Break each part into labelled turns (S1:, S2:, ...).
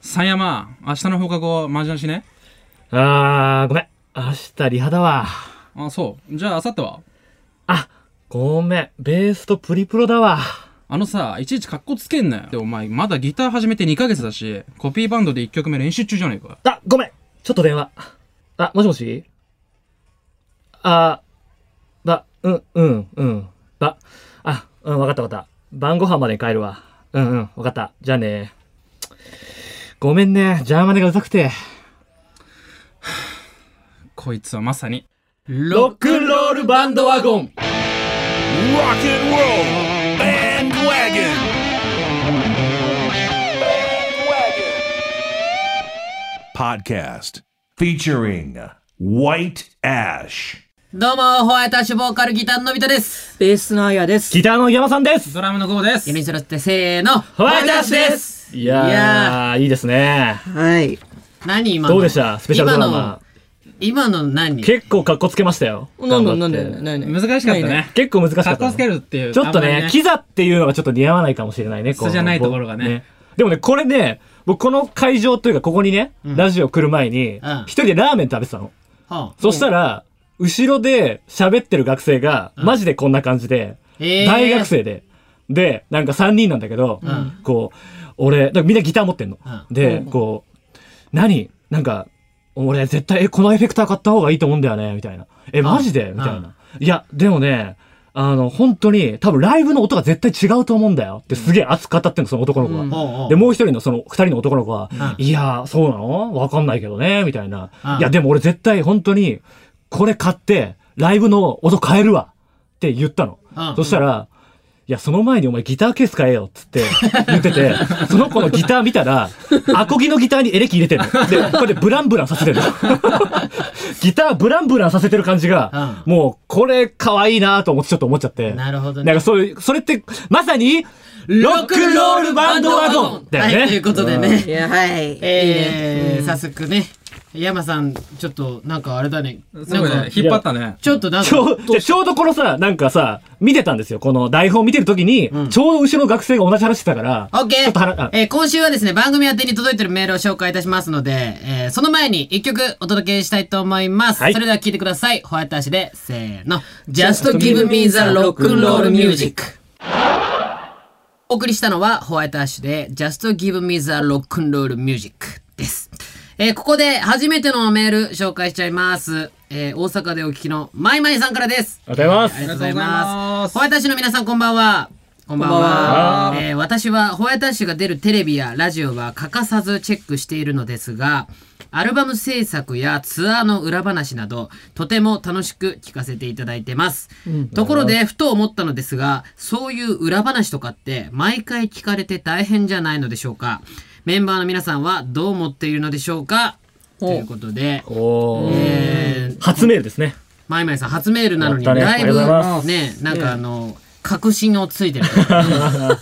S1: 三山、明日の放課後、麻雀しね。
S2: あー、ごめん。明日リハだわ。
S1: あ、そう。じゃあ、明後日は
S2: あ、ごめん。ベースとプリプロだわ。
S1: あのさ、いちいち格好つけんなよ。で、お前、まだギター始めて2ヶ月だし、コピーバンドで1曲目練習中じゃねえか。
S2: あ、ごめん。ちょっと電話。あ、もしもしあ、ば、うん、うん、うん。ば、あ、うん、わかったわかった。晩ご飯までに帰るわ。うんうん、わかった。じゃあね。ごめんね。ジャーマネがうざくて。
S1: こいつはまさに。
S2: ロックンロールバンドワゴン
S3: Rock and roll bandwagon. Podcast featuring White Ash.
S4: どうも、ホワイトアッシュボーカルギターののび太です。ベースのあやです。
S2: ギターの山さんです
S1: ドラムのゴーです
S4: ユ。ニゾロってせーの、ホ
S2: いやー、
S4: いや
S2: いいですね。
S5: はい。
S4: 何今の
S2: どうでしたスペシャルドラマ。
S4: 今の、今の何
S2: 結構かっこつけましたよ。
S5: なんだ
S2: 頑
S5: なん
S2: 張っ
S5: だ
S2: て
S5: なんだ。
S1: 難しかったね。
S2: 結構難しかった、
S1: 格好つけるっていう
S2: ちょっと
S1: あんまり
S2: ね
S1: ね、
S2: キザっていうのがちょっと似合わないかもしれないね、こ
S1: 素じゃないところがね
S2: でもね、これね、僕この会場というか、ここにね、ラジオ来る前に、
S4: ん
S2: 一人でラーメン食べてたの。
S4: はあ
S2: そしたら、後ろで喋ってる学生が、マジでこんな感じで、
S4: えー
S2: 大学生で、で、なんか3人なんだけど、こう、俺、だからみんなギター持ってんの。
S4: うん
S2: で、こう、何なんか、俺絶対、え、このエフェクター買った方がいいと思うんだよね、みたいな。え、マジでみたいな。いや、でもね、あの、本当に、多分ライブの音が絶対違うと思うんだよってすげえ熱く語ってんの、その男の子が。
S4: おうおう
S2: で、もう一人のその二人の男の子は、いやー、そうなのわかんないけどね、みたいな。
S4: うん
S2: いや、でも俺絶対本当に、これ買って、ライブの音変えるわって言ったの。
S4: うん
S2: そしたら、いや、その前にお前ギターケース買えよっつ って言ってて、その子のギター見たら、アコギのギターにエレキ入れてるの。で、これでブランブランさせ てるの。ギターブランブランさせてる感じが、もう、これ可愛いなと思ってちょっと思っちゃって。
S4: なるほどね
S2: なんかそういう、それって、まさに、ロックンロールバンドワゴンだよね。
S4: はい、ということで
S5: い
S4: ね。
S5: や、はい。
S4: えー、早速ね、山さん、ちょっと、なんかあれだね。なん
S1: すごいね
S4: か、、
S1: 引っ張ったね。
S4: ちょっとなん
S2: ち
S4: か、
S2: ょうじゃあちょうどこのさ、なんかさ、見てたんですよ。この台本見てるときに、ちょうど後ろの学生が同じ話してたから、
S4: オッケ
S2: ちょっと話あ
S4: ー、えー今週はですね、番組宛てに届いてるメールを紹介いたしますので、えーその前に一曲お届けしたいと思います。
S2: はい
S4: それでは聴いてください。ホワイトアッシュで、せーの。Just give me the rock'n'roll music. お送りしたのはホワイトアッシュで Just Give Me the Rock'n'Roll Music です。えーここで初めてのメール紹介しちゃいます。えー大阪でお聞きのまいまいさんからです。
S2: りがとうございます
S4: ありがとうございま
S1: ありがとうございます
S4: す。ホワイトアッシュの皆さんこんばんは。こんばんは。えー私はホワイトアッシュが出るテレビやラジオは欠かさずチェックしているのですが、アルバム制作やツアーの裏話など、とても楽しく聞かせていただいてます。ところで、ふと思ったのですが、そういう裏話とかって、毎回聞かれて大変じゃないのでしょうかメンバーの皆さんはどう思っているのでしょうかということで、
S2: おー
S4: えー
S2: 初メールですね。
S4: まいまいさん初メールなのに
S2: やったね
S4: だいぶ
S2: ありがとうございま
S4: ねなんかあの確信をついて るというかね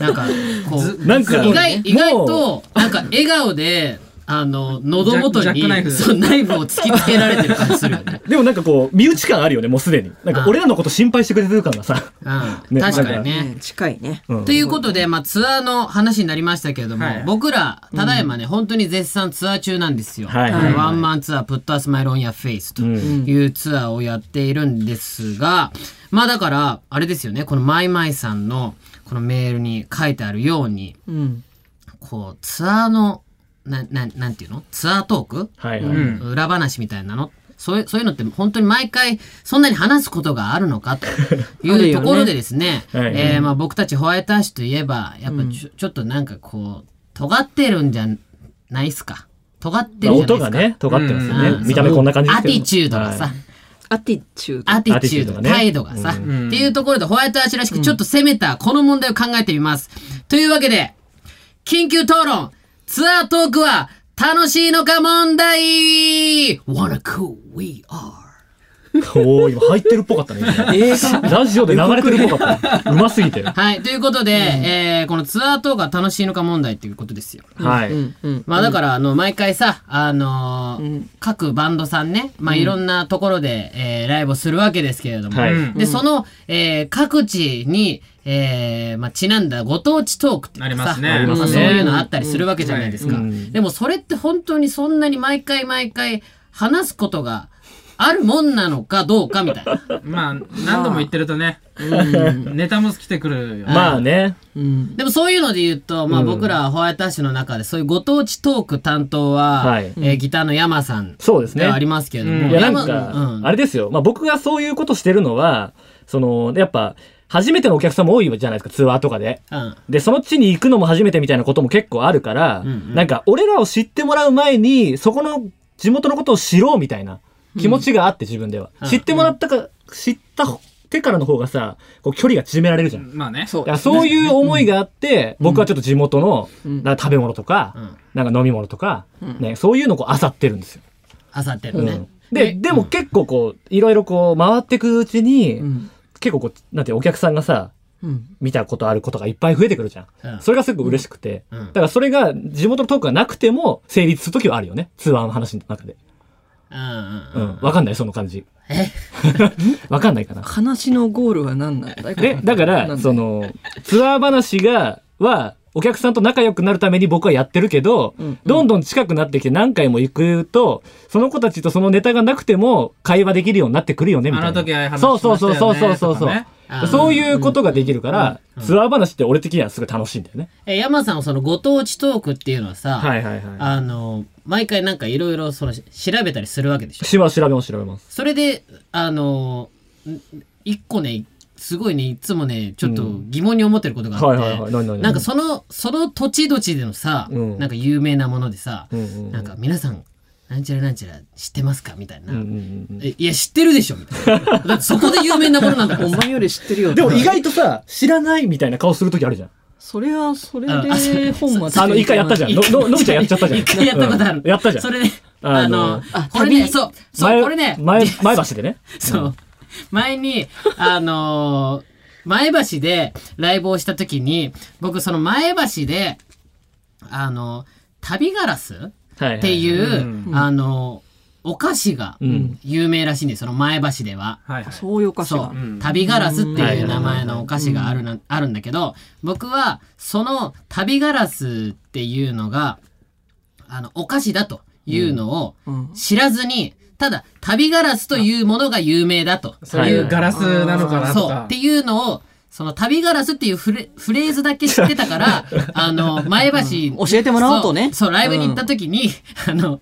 S4: なんかこう
S2: なんか
S4: 意外意外
S2: も
S4: となんか笑顔であの喉元
S1: ジャックジャックナイフ
S4: にそうナイフを突きつけられてる感じするよね
S2: でもなんかこう、身内感あるよね、もうすでに。なんか俺らのこと心配してくれてる感がさ。
S4: うん
S2: ね
S4: 確かにね
S5: うん近いね。
S2: うん
S4: ということで、まあ、ツアーの話になりましたけれども、
S1: はい
S4: 僕ら、ただいまね、本当に絶賛ツアー中なんですよ。
S2: はいはいはい
S4: ワンマンツアー、プットアスマイルオンやフェイスというツアーをやっているんですが、まあだから、あれですよね、このマイマイさんの、このメールに書いてあるように、
S5: うん。
S4: こう、ツアーの、な、な、なんていうのツアートーク
S2: はいはい。
S1: うん。
S4: 裏話みたいなのそういうそういうのって本当に毎回そんなに話すことがあるのか というところでですね
S2: はい
S4: えーまあ僕たちホワイトアッシュといえばやっぱちょ,、ちょっとなんかこう尖ってるんじゃないっすか尖って
S2: まあ
S4: るじゃないっすか
S2: 音がね、尖ってます
S4: うん
S2: よ
S4: そ
S2: ね。
S4: の
S2: 見た目こんな感じです
S4: ア
S2: け
S4: テ
S2: ど
S4: ィチュードがさ、
S2: はい
S5: アティチュード。
S4: アティチュード、
S2: アティチュードがね
S4: 態度がさ、っていうところでホワイトアッシュらしくちょっと攻めたこの問題を考えてみます。というわけで、緊急討論ツアートークは楽しいのか問題 !Wanna cool we are!
S2: おお今入ってるっぽ かったね。今
S1: 映画
S2: ラジオで流れてるっぽかった。うますぎて。
S4: はい。ということで、えーこのツアー等が楽しいのか問題っていうことですよ。
S2: は
S5: う
S2: い。
S5: んうん。
S4: まあだから、あの、毎回さ、あのー
S5: うん
S4: 各バンドさんね、まあいろんなところで、えーライブをするわけですけれども、
S2: はい
S1: うん
S4: で、その、えー各地に、えーまあ、ちなんだご当地トークっていうかさ
S1: ありますね
S4: あ
S2: あります
S4: そう
S2: ね
S4: いうのあったりするわけじゃないですか。
S2: うんうん
S4: でもそれって本当にそんなに毎回毎回話すことがあるもんなのかどうかみたいな。
S1: まあ、何度も言ってるとね、ネタも尽きてくるよ。
S2: まあね。
S5: うん。
S4: でもそういうので言うと、まあ僕らホワイトアッシュの中でそういうご当地トーク担当は、
S2: はい
S4: えーギターの山さん
S2: そうです
S4: で
S2: ね。
S4: はありますけれども。
S1: うん
S2: いやなん
S4: 山
S2: か
S4: う、ん
S2: あれですよ。まあ僕がそういうことしてるのは、その、やっぱ、初めてのお客さんも多いじゃないですか、ツアーとかで。
S4: うん
S2: で、その地に行くのも初めてみたいなことも結構あるから、
S4: んうん
S2: なんか、俺らを知ってもらう前に、そこの地元のことを知ろうみたいな気持ちがあって、自分では。
S4: うん
S2: 知ってもらったか、知ったてからの方がさ、こう距離が縮められるじゃん。
S1: まあね。
S5: そう
S2: だからそういう思いがあって、僕はちょっと地元の、
S5: うん
S2: なんか食べ物とか、
S4: うん
S2: なんか飲み物とか、
S5: うん
S2: ね、そういうのをこう漁ってるんですよ。
S4: あさって
S2: う
S4: の
S2: ん
S4: ね。
S2: で、でも結構こう、いろいろこう、回ってくうちに、
S5: うん
S2: 結構こう、なんていうのお客さんがさ、
S5: うん。
S2: 見たことあることがいっぱい増えてくるじゃん。
S4: うん
S2: それがすごく嬉しくて。
S4: うん
S2: だからそれが地元のトークがなくても成立するときはあるよね。ツアーの話の中で。
S4: うんうんう
S2: うんん。わかんないその感じ。
S4: え
S2: わかんないかな。
S5: 話のゴールは何なんだ
S2: で、だから、そ
S5: の、
S2: の、ツアー話が、は、お客さんと仲良くなるために僕はやってるけど、
S5: うんうん
S2: どんどん近くなってきて何回も行くと、その子たちとそのネタがなくても会話できるようになってくるよね、みたいな。
S1: あの時ああいう話し
S2: そ
S1: ま
S2: う
S1: したよ
S2: そう
S1: ね
S2: そうそうそうそう
S1: とかね
S4: あー
S2: そういうことができるから、
S4: うん
S2: ツアー話って俺的にはすごい楽しいんだよね。
S4: え山さんはそのご当地トークっていうのはさ、
S2: はいはいは
S4: あの毎回なんかいろいろそのし調べたりするわけでしょ
S2: い。しば調べます調べます。
S4: それであのん一個ねすごいねいつもねちょっと疑問に思ってることがあ
S2: はい
S4: っ
S2: はいはい。
S4: て
S2: 何何
S4: なんかそのその土地土地でのさ、
S2: うん
S4: なんか有名なものでさ、
S2: うんうんうん
S4: なんか皆さんなんちゃらなんちゃら知ってますかみたいな、
S2: うんうんうん
S4: えいや知ってるでしょみたいなだってそこで有名なものなんだから
S5: お
S4: さ
S5: 前より知ってるよ。
S2: でも意外とさ、知らないみたいな顔するときあるじゃん。
S5: それは、それ
S4: あそ
S5: で、本は。
S2: あの、一回やったじゃん。の、ののび ちゃんやっちゃったじゃん。
S4: 一回やったことある。
S2: うんやったじゃん。
S4: それで、
S2: あ
S4: あ
S2: の
S4: の、これね、そう、そう、
S2: 前
S4: これね、
S2: 前
S4: で、
S2: 前橋でね。
S4: そう、前に、あのー、前橋でライブをした時に、僕その前橋で、あの、旅ガラス
S2: はい。
S4: っていうう、あの、お菓子が
S2: ん
S4: 有名らしいんです、その前橋では。
S1: はいはい。
S5: そういうかし
S4: そ
S5: ら
S4: う。、旅ガラスっていう名前のお菓子があるな、あるんだけど、僕は、その旅ガラスっていうのが、あの、お菓子だというのを
S5: うん
S4: 知らずに、ただ、旅ガラスというものが有名だと。
S1: そういうガラスなのかなと
S4: そう。っ
S1: か
S4: て。いうのを、その旅ガラスっていうフレフレーズだけ知って たから、あの、前橋、
S5: うん教えてもらおうとね
S4: そう、そうライブに行った時に、あの、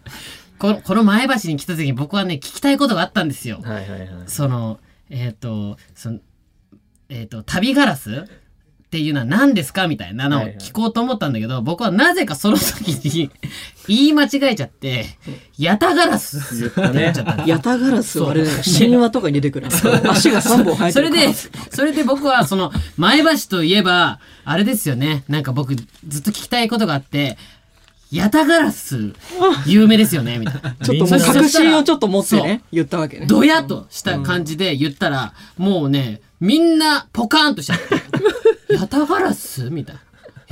S4: この、この前橋に来た時に僕はね、聞きたいことがあったんですよ。
S2: はいはいはい。
S4: そのえっ、とそのえっ、と旅ガラスっていうのは何ですかみたいなのを
S2: はいはい
S4: 聞こうと思ったんだけど、僕はなぜかその時に 言い間違えち ゃって「ヤタガラス」って言っちゃったんです
S5: ヤタガラスはあれだよ。神話とかに出てくる。足が3本生え
S4: それ
S5: てる。
S4: で、それで僕はその、前橋といえば、あれですよね。なんか僕、ずっと聞きたいことがあって、ヤタガラス、有名ですよね、みたいな。
S5: ちょっともう確信をちょっと持って
S4: そう
S5: ね、言ったわけね。
S4: ドヤとした感じで言ったら、もうね、みんなポカーンとしちゃ って。ヤタガラスみたいな。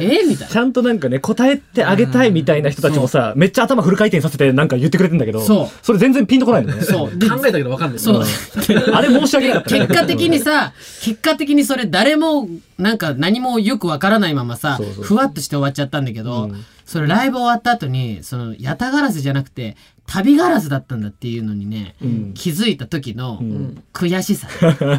S4: えみたい
S2: ちゃんとなんかね、答えてあげたいみたいな人たちもさ、めっちゃ頭フル回転させてなんか言ってくれてんだけど、
S4: そう
S2: それ全然ピンとこないのね。
S4: な。そう。で
S1: 考えたけどわかんない。
S4: そう。
S2: あれ申し訳なかったね。
S4: 結果的にさ、結果的にそれ誰も、なんか何もよくわからないままさ
S2: そうそうそう、
S4: ふわっとして終わっちゃったんだけど、それライブ終わった後に、その、ヤタガラスじゃなくて、旅ガラスだったんだっていうのにね、気づいた時の悔しさ。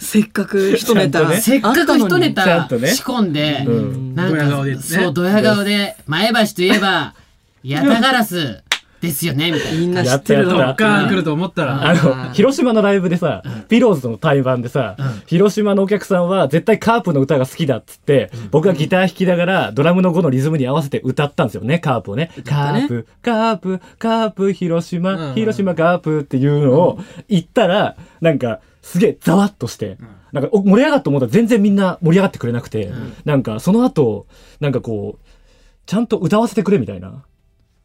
S5: せっかく一ネタ、
S4: せっかく一ネ
S2: ちゃ
S4: タ
S2: んとね
S4: 仕込んで、
S2: うん
S4: なん
S1: ドヤ顔で
S4: か、
S1: ね
S4: そう、ドヤ顔で、前橋といえば、ヤタガラスですよね、みたい
S5: み
S4: な。
S5: んな知ってる
S2: やったや
S5: の
S2: っ。
S1: ガーン来ると思ったら。
S2: あの、広島のライブでさ、ピローズの対バンでさ、広島のお客さんは絶対カープの歌が好きだっつって、僕がギター弾きながら、ドラムの5のリズムに合わせて歌ったんですよね、カープをね。カープ、カープ、カープ、広島、広島カープっていうのを言ったら、なんか、すげえざわっとして、なんかお盛り上がったと思ったら全然みんな盛り上がってくれなくて、なんかその後、なんかこう、ちゃんと歌わせてくれみたいな。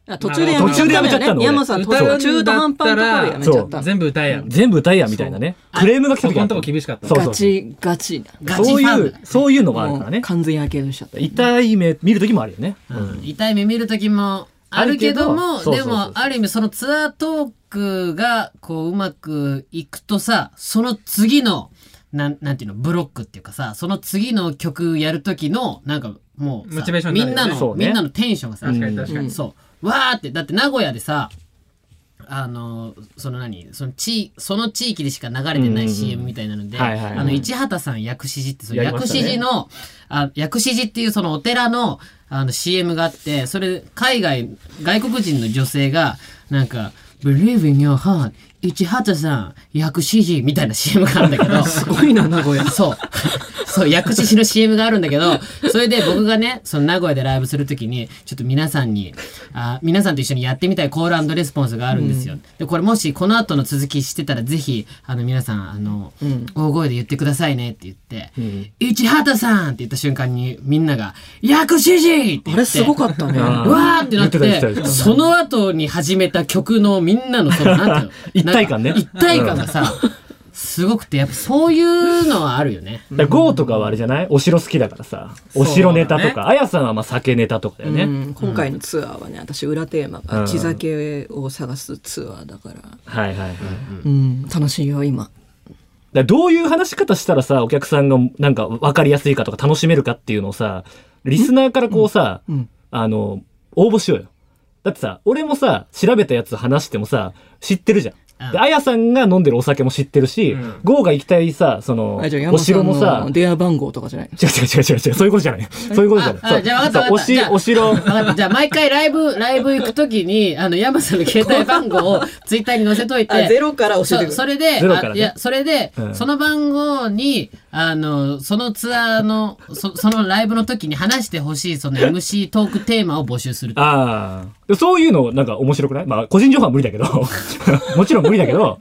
S5: あ途中でや
S2: 途中でやめちゃったの
S5: ね
S2: 俺
S5: 山さん途
S1: 歌うんだったら
S5: 中途半端なところでやめちゃったの
S1: 全部歌えやみたい
S2: 全部歌えやみたいなね。クレームが来
S1: なそ
S2: た
S1: この
S2: 時あっ
S1: と
S2: た
S1: こ
S2: の
S1: 厳しかった
S2: そうそう
S5: ガチガチな
S4: ガチ
S2: そう
S4: ファ
S2: い
S4: ン
S2: う
S4: だ、
S2: そういうのがある
S5: も
S2: から
S5: う
S2: ね。
S5: 完全やけどしちゃった
S2: 痛い目見る時もあるよね。
S4: うん痛い目見る時もあるけども
S2: あるけ
S4: で
S2: どそうそうそう
S4: もある意味そのツアートークがこううまくいくとさその次のなんなんていうのブロックっていうかさその次の曲やる時のなんかもうさ
S1: モチベーションに
S4: み
S1: なるよね
S4: んなの、
S2: そうね
S4: みんなのテンションがさ
S1: 確かに確かに
S4: そうわーってだって名古屋でさあのその何その地その地域でしか流れてな
S2: うんうんう
S4: い
S2: ん
S4: CM みたいなので、
S2: はいはいはい
S4: あの市畑さん薬師寺ってその
S2: やりま
S4: 薬
S2: した
S4: 師
S2: ね
S4: 寺の、あ薬師寺っていうそのお寺のあの CM があってそれ海外外国人の女性がなんか「Believe in your heart 市畑さん薬師寺」みたいな CM があるんだけど
S5: すごいな名古屋
S4: そう。そう、薬師寺の CM があるんだけど、それで僕がね、その名古屋でライブするときに、ちょっと皆さんにあ、皆さんと一緒にやってみたいコールレスポンスがあるんですよ。で、これもしこの後の続きしてたら、ぜひ、あの、皆さん、あの、大声で言ってくださいねって言って、市畑さんって言った瞬間に、みんなが、薬師寺って言って。
S5: あれすごかったね
S2: うん
S4: うわーってなっ
S2: 言ってた言って
S4: て、
S2: た
S4: その後に始めた曲のみんなのその、なんていうの
S2: 一体感ね
S4: なんか一体感がさ、すごくて、やっぱそういうのはあるよね。
S2: だからゴーとかはあれじゃないお城好きだからさ。お城ネタと
S1: そうだ
S2: か、あやさんはまあ酒ネタとかだよ
S5: う
S2: ね。
S5: ん今回のツアーはね私裏テーマ
S2: う
S5: が
S2: ん
S5: 地酒を探すツアーだから、
S2: はいはいはい。
S5: うん、楽しいよ今
S2: だからどういう話し方したらさ、お客さんがなんか分かりやすいかとか楽しめるかっていうのをさ、リスナーからこうさ、あの、応募しようよ。だってさ、俺もさ、調べたやつ話してもさ、知ってるじゃん。で、あやさんが飲んでるお酒も知ってるし、
S1: ん
S2: ゴーが行きたいさ、その
S5: あじゃあ、
S2: お
S5: 山さ
S2: 城
S5: ん
S2: もさ
S5: の、電話番号とかじゃないの
S2: 違う違う違う違う違う、そういうことじゃない。そういうことじゃない。
S4: ああじゃあ分かった
S2: そう
S4: 分かった
S2: おし
S4: じゃあ
S2: お城、
S4: わかったじゃあ毎回ライブ、ライブ行くときに、あの、山さんの携帯番号をツイッターに載せといて。
S5: あゼロから教えてくれ
S4: そそれで、
S2: ゼロから
S4: あ
S2: ね
S4: いや、それで、
S2: ん
S4: その番号に、あの、そのツアーの、そそのライブの時に話してほしい、その MC トークテーマを募集する。
S2: ああ。そういうの、なんか面白くないまあ、個人情報は無理だけど。 もちろん無理だけど。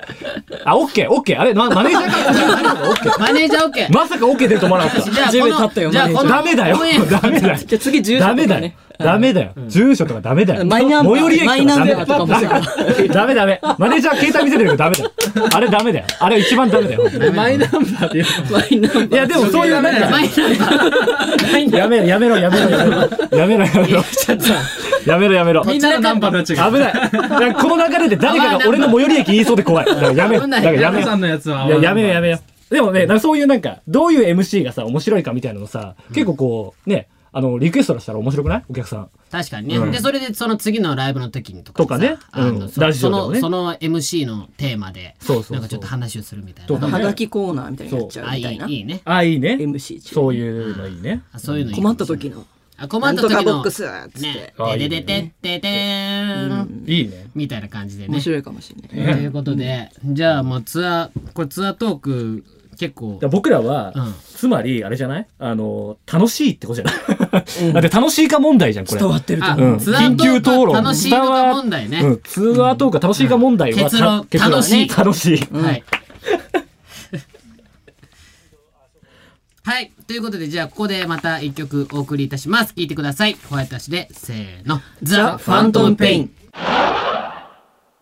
S2: あ、オッケー、オッケー。 あれ、まマネージャーから個人情報がオッケー。
S4: マネージャー OK。
S2: まさかオッケー出ると思わなかった。
S4: じゃあ、
S5: 初
S4: こ
S5: めて立った
S4: の、
S5: よ
S4: じゃあ
S5: マネー
S4: この、
S2: ダメだよ
S4: 応援。
S2: ダメだよ。
S5: じゃあ次住所
S2: ダ
S5: と
S2: メ
S5: か
S2: だよ
S5: ね。
S2: ダメだよ。住所とかダメだよ。
S5: マイナンバー
S2: 最寄り駅
S5: マイ
S2: と
S5: ナ
S2: かダ
S5: ン
S2: メ
S5: バーとかも
S2: だよ。ダメダメ。マネージャー携帯見せてるけどダメだよ。あれダメだよ。あれ一番ダメだよ。
S1: マイナンバーっていう
S5: マイナンバー
S2: いや、でもそういうなんか
S4: マイナンバー。マイナン
S2: やめろ、やめろ、やめろ、やめろ。やめろ、やめろ。やめろ、やめろ。
S1: みんなのナンバーたち
S2: 危
S1: が
S2: ない。なんかこの流れで誰かが俺の最寄り駅言いそうで怖い。だからやめよう。
S4: 危
S2: だ
S4: ない
S2: からや
S1: 山
S2: めよう
S1: さんのやつはい
S2: や、やめようやめよう。でもね、なんかそういうなんか、どういう MC がさ、面白いかみたいなのさ、結構こう、ね、あの、リクエスト出したら面白くないお客さん。
S4: 確かにね、でそれでその次のライブの時にとか
S2: とかね
S4: さあの
S2: うん
S4: そ
S2: ラジ
S4: そ
S2: オでも
S4: の
S2: ね
S4: その MC のテーマで
S2: そうそうそ
S4: な
S2: う
S4: んかちょっと話をするみたい
S2: とか
S4: な
S5: はがきコーナーみたいになっちゃう
S4: あい
S5: みたいない
S4: いいね
S2: あ、いいね。
S5: MC 中
S2: そういうのいいね。
S4: あそういうのいい
S5: 困った時の
S4: あ困
S5: な
S4: っ
S5: ん
S4: た
S5: と
S4: 時
S5: か
S4: の
S5: ボックスっつって、
S4: ね
S2: あいいね
S4: ででででででーん
S2: いいね。
S4: みたいな感じでね
S5: 面白いかもしれない、
S4: ということでじゃあもうツアーこれツアートーク結構
S2: だから僕らは、
S4: うん
S2: つまり、あれじゃないあの、楽しいってことじゃない、だって楽しいか問題じゃん、これ。
S5: 伝わってると
S4: あ
S5: 思う
S2: うん、
S4: ツアート
S2: 緊
S4: ーク
S2: 急討論。
S4: 楽しいのか問題ね
S2: 伝わうん、ツアートーク楽しいか問題は、
S4: うん結論
S2: た結論
S4: 楽しい
S2: 楽しい。
S4: はい。はい。ということで、じゃあ、ここでまた一曲お送りいたします。聴いてください。ホワイトアッシュで、せーの。ザ・ファントム・ペイン。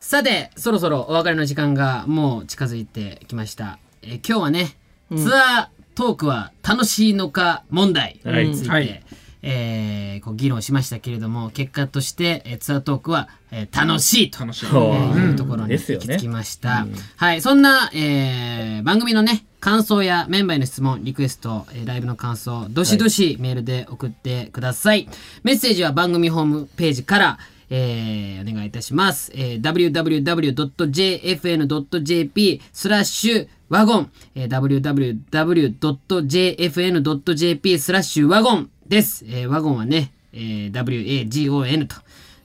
S4: さて、そろそろお別れの時間がもう近づいてきました。えー今日はね、ツアートークは楽しいのか問題
S2: はい
S4: について、
S1: はい
S4: えーこう議論しましたけれども、結果として、えーツアートークは、えー楽しいと。
S1: 楽しい
S2: そう
S4: えー
S2: うん
S4: いうところに
S2: で
S4: 行
S2: すよ
S4: き
S2: ね
S4: 着きました。はい、そんな、えー番組のね、感想やメンバーへの質問、リクエスト、えーライブの感想、どしどしメールで送ってください。メッセージは番組ホームページから、えーお願いいたします。えー www.jfn.jp スラッシュワゴン、えー www.jfn.jp スラッシュワゴンです。えーワゴンはね、えー WAGON と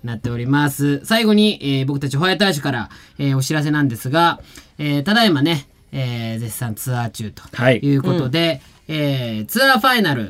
S4: なっております。最後に、えー僕たちホワイトアイシュから、えーお知らせなんですが、えーただいまね、えー絶賛ツアー中と
S2: はい
S4: いうことで、えーツアーファイナル、